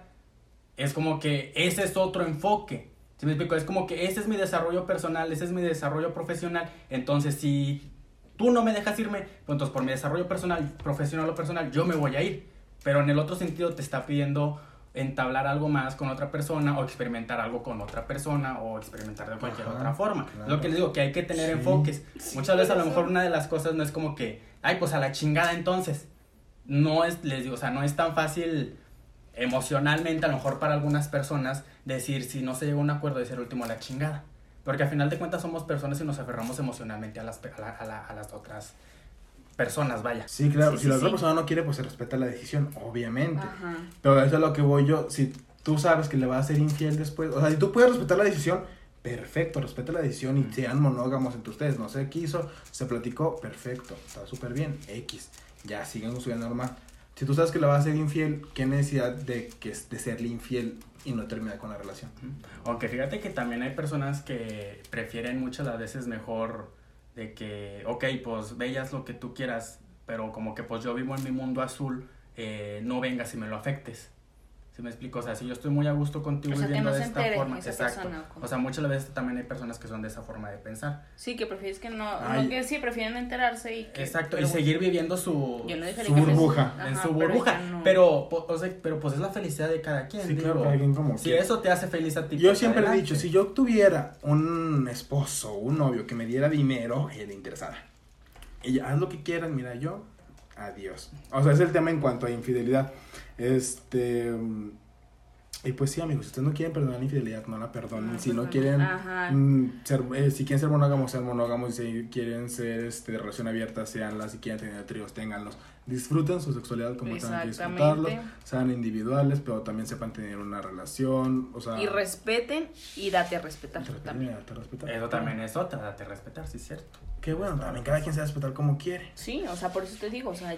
es como que ese es otro enfoque. ¿Sí me explico? Es como que ese es mi desarrollo personal, ese es mi desarrollo profesional. Entonces, si tú no me dejas irme, pues entonces por mi desarrollo personal, profesional o personal, yo me voy a ir. Pero en el otro sentido te está pidiendo entablar algo más con otra persona o experimentar algo con otra persona o experimentar de cualquier
Ajá,
otra forma.
claro.
Es Lo que les digo, que hay que tener
Sí.
enfoques. Muchas veces a lo mejor una de las cosas no es como que, ay, pues a la chingada entonces. No es, les digo, o sea, no es tan fácil emocionalmente, a lo mejor para algunas personas, decir si no se llega a un acuerdo de ser último a la chingada. Porque al final de cuentas somos personas y nos aferramos emocionalmente a las, pe- a la- a la- a las otras personas, vaya.
Sí, claro,
Sí,
si
sí,
la otra
sí.
persona no quiere, pues se respeta la decisión, obviamente.
Ajá.
Pero eso es lo que voy yo. Si tú sabes que le vas a ser infiel después, o sea, si tú puedes respetar la decisión, perfecto, respeta la decisión y sean monógamos entre ustedes. No se quiso, se platicó, perfecto, está súper bien, X. Ya siguen con su vida normal. Si tú sabes que le vas a ser infiel, ¿qué necesidad de, que, de serle infiel y no terminar con la relación?
Aunque fíjate que también hay personas que prefieren muchas las veces mejor de que, ok, pues veas lo que tú quieras, pero como que pues yo vivo en mi mundo azul, eh, no vengas y me lo afectes. ¿Sí me explico? O sea, si yo estoy muy a gusto contigo
O sea, que
viviendo
no
de
se
esta
entere
forma,
esa
exacto.
persona, ¿o cómo?
o sea, muchas veces también hay personas que son de esa forma de pensar.
Sí, que prefieres que no,
Ay.
no que sí, prefieren enterarse y que...
Exacto, y
pero
seguir viviendo su,
yo no dejaría
su
que me-
burbuja.
Ajá,
en su
pero
burbuja.
ya
Pero,
no.
po- o sea, pero pues es la felicidad de cada quien.
Sí,
digo.
claro, cada quien como
si
quiera.
eso te hace feliz a ti.
Yo
pues,
siempre he
adelante.
dicho, si yo tuviera un esposo, un novio que me diera dinero, eh, él interesada. Y ya, haz lo que quieran, mira, yo, adiós. O sea, es el tema en cuanto a infidelidad. Este... mm, Y pues sí, amigos, si ustedes no quieren perdonar la infidelidad, no la perdonen.
No,
si
pues
no
no.
quieren
Ajá.
mm, ser, eh, si quieren ser monógamos, sean monógamos. Si quieren ser este, de relación abierta, seanlas. Si quieren tener tríos, ténganlos. Disfruten su sexualidad como tengan que disfrutarlo.
Exactamente.
Sean individuales, pero también sepan tener una relación. O sea,
Y respeten y date a respetar
Respetar,
también.
mira, te respetar.
Eso también es otra, date a respetar, sí es cierto.
Qué bueno, también cada quien se va a respetar como quiere.
Sí, o sea, por eso te digo, o sea,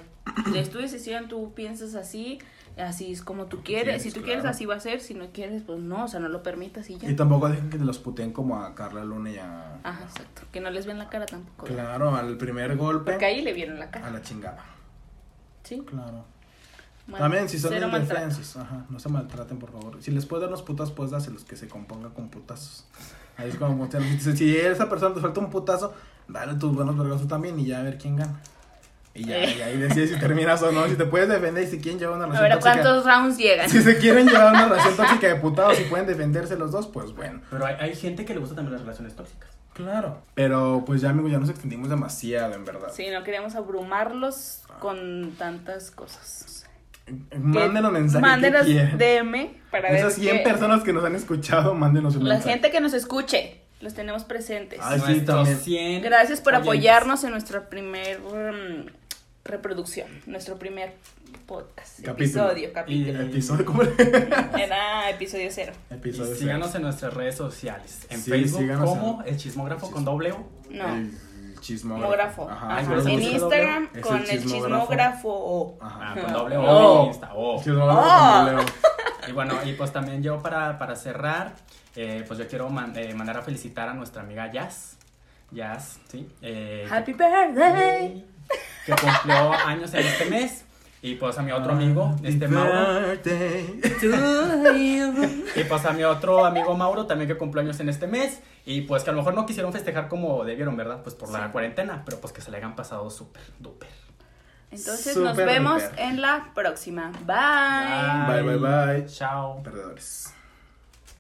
es tu decisión, tú piensas así, así es como tú quieres,
quieres,
si tú
claro.
quieres así va a ser, si no quieres, pues no, o sea, no lo permitas y ya.
Y tampoco dejen que te los puteen como a Carla Luna y a.
Ajá, exacto, que no les ven la cara tampoco. ¿verdad?
Claro, al primer golpe.
Porque ahí le vieron la
A
cara,
la chingada.
¿sí?
Claro.
Bueno,
también si son
cero maltrato.
indefensos, ajá, no se maltraten, por favor. Si les puede dar unos putas, pues dáselos que se componga con putazos. Ahí es como si, si a esa persona te falta un putazo, dale tus buenos vergazos también y ya a ver quién gana. Y ya, y ahí decides si terminas o no, si te puedes defender y si quieren llevar una
A
relación
ver, ¿a
tóxica.
cuántos rounds llegan?
Si se quieren llevar una relación tóxica de putados y pueden defenderse los dos, pues bueno.
Pero hay, hay gente que le gusta también las relaciones tóxicas.
Claro. Pero pues ya, amigos, ya nos extendimos demasiado, en verdad.
Sí, no queremos abrumarlos con tantas cosas.
Mándenos mensajes.
Mándenos
que quieran.
DM para ver
Esas 100
qué-
personas que nos han escuchado, mándenos un
La
mensaje.
gente que nos escuche, los tenemos presentes.
Ay, sí,
Nuestros
también.
100
Gracias por
oyentes.
apoyarnos en nuestra primer mm, reproducción, nuestro primer podcast,
Capítulo.
episodio, capítulo.
Episodio, ¿cómo le-
Era episodio cero.
Y
Episodio cero.
síganos en nuestras redes sociales. En
Sí,
Facebook
síganos
como
en-
El Chismógrafo con doble O.
No,
El chismógrafo.
chismógrafo.
Eh,
Ah,
Ajá,
Ajá.
pero
¿se
En
busca-
Insta-
Instagram
doble? Es
con
el
el
chismógrafo.
chismógrafo o...
Ah,
Ajá.
con doble O.
Oh.
en Insta, O.
Chismógrafo
Oh.
con doble O.
Y bueno, y pues también yo para, para cerrar, eh, pues yo quiero man- eh, mandar a felicitar a nuestra amiga Jazz. Jazz, ¿sí? Eh,
Happy birthday.
que cumplió años en este mes. Y pues a mi otro amigo, este
Happy
Mauro.
birthday.
Y pues a mi otro amigo Mauro también que cumple años en este mes. Y pues que a lo mejor no quisieron festejar como debieron, ¿verdad? Pues por la cuarentena, pero pues que se le hayan pasado súper duper.
Entonces nos
Súper
vemos
duper.
en la próxima. Bye.
Bye, bye, bye.
Chao.
Perdedores.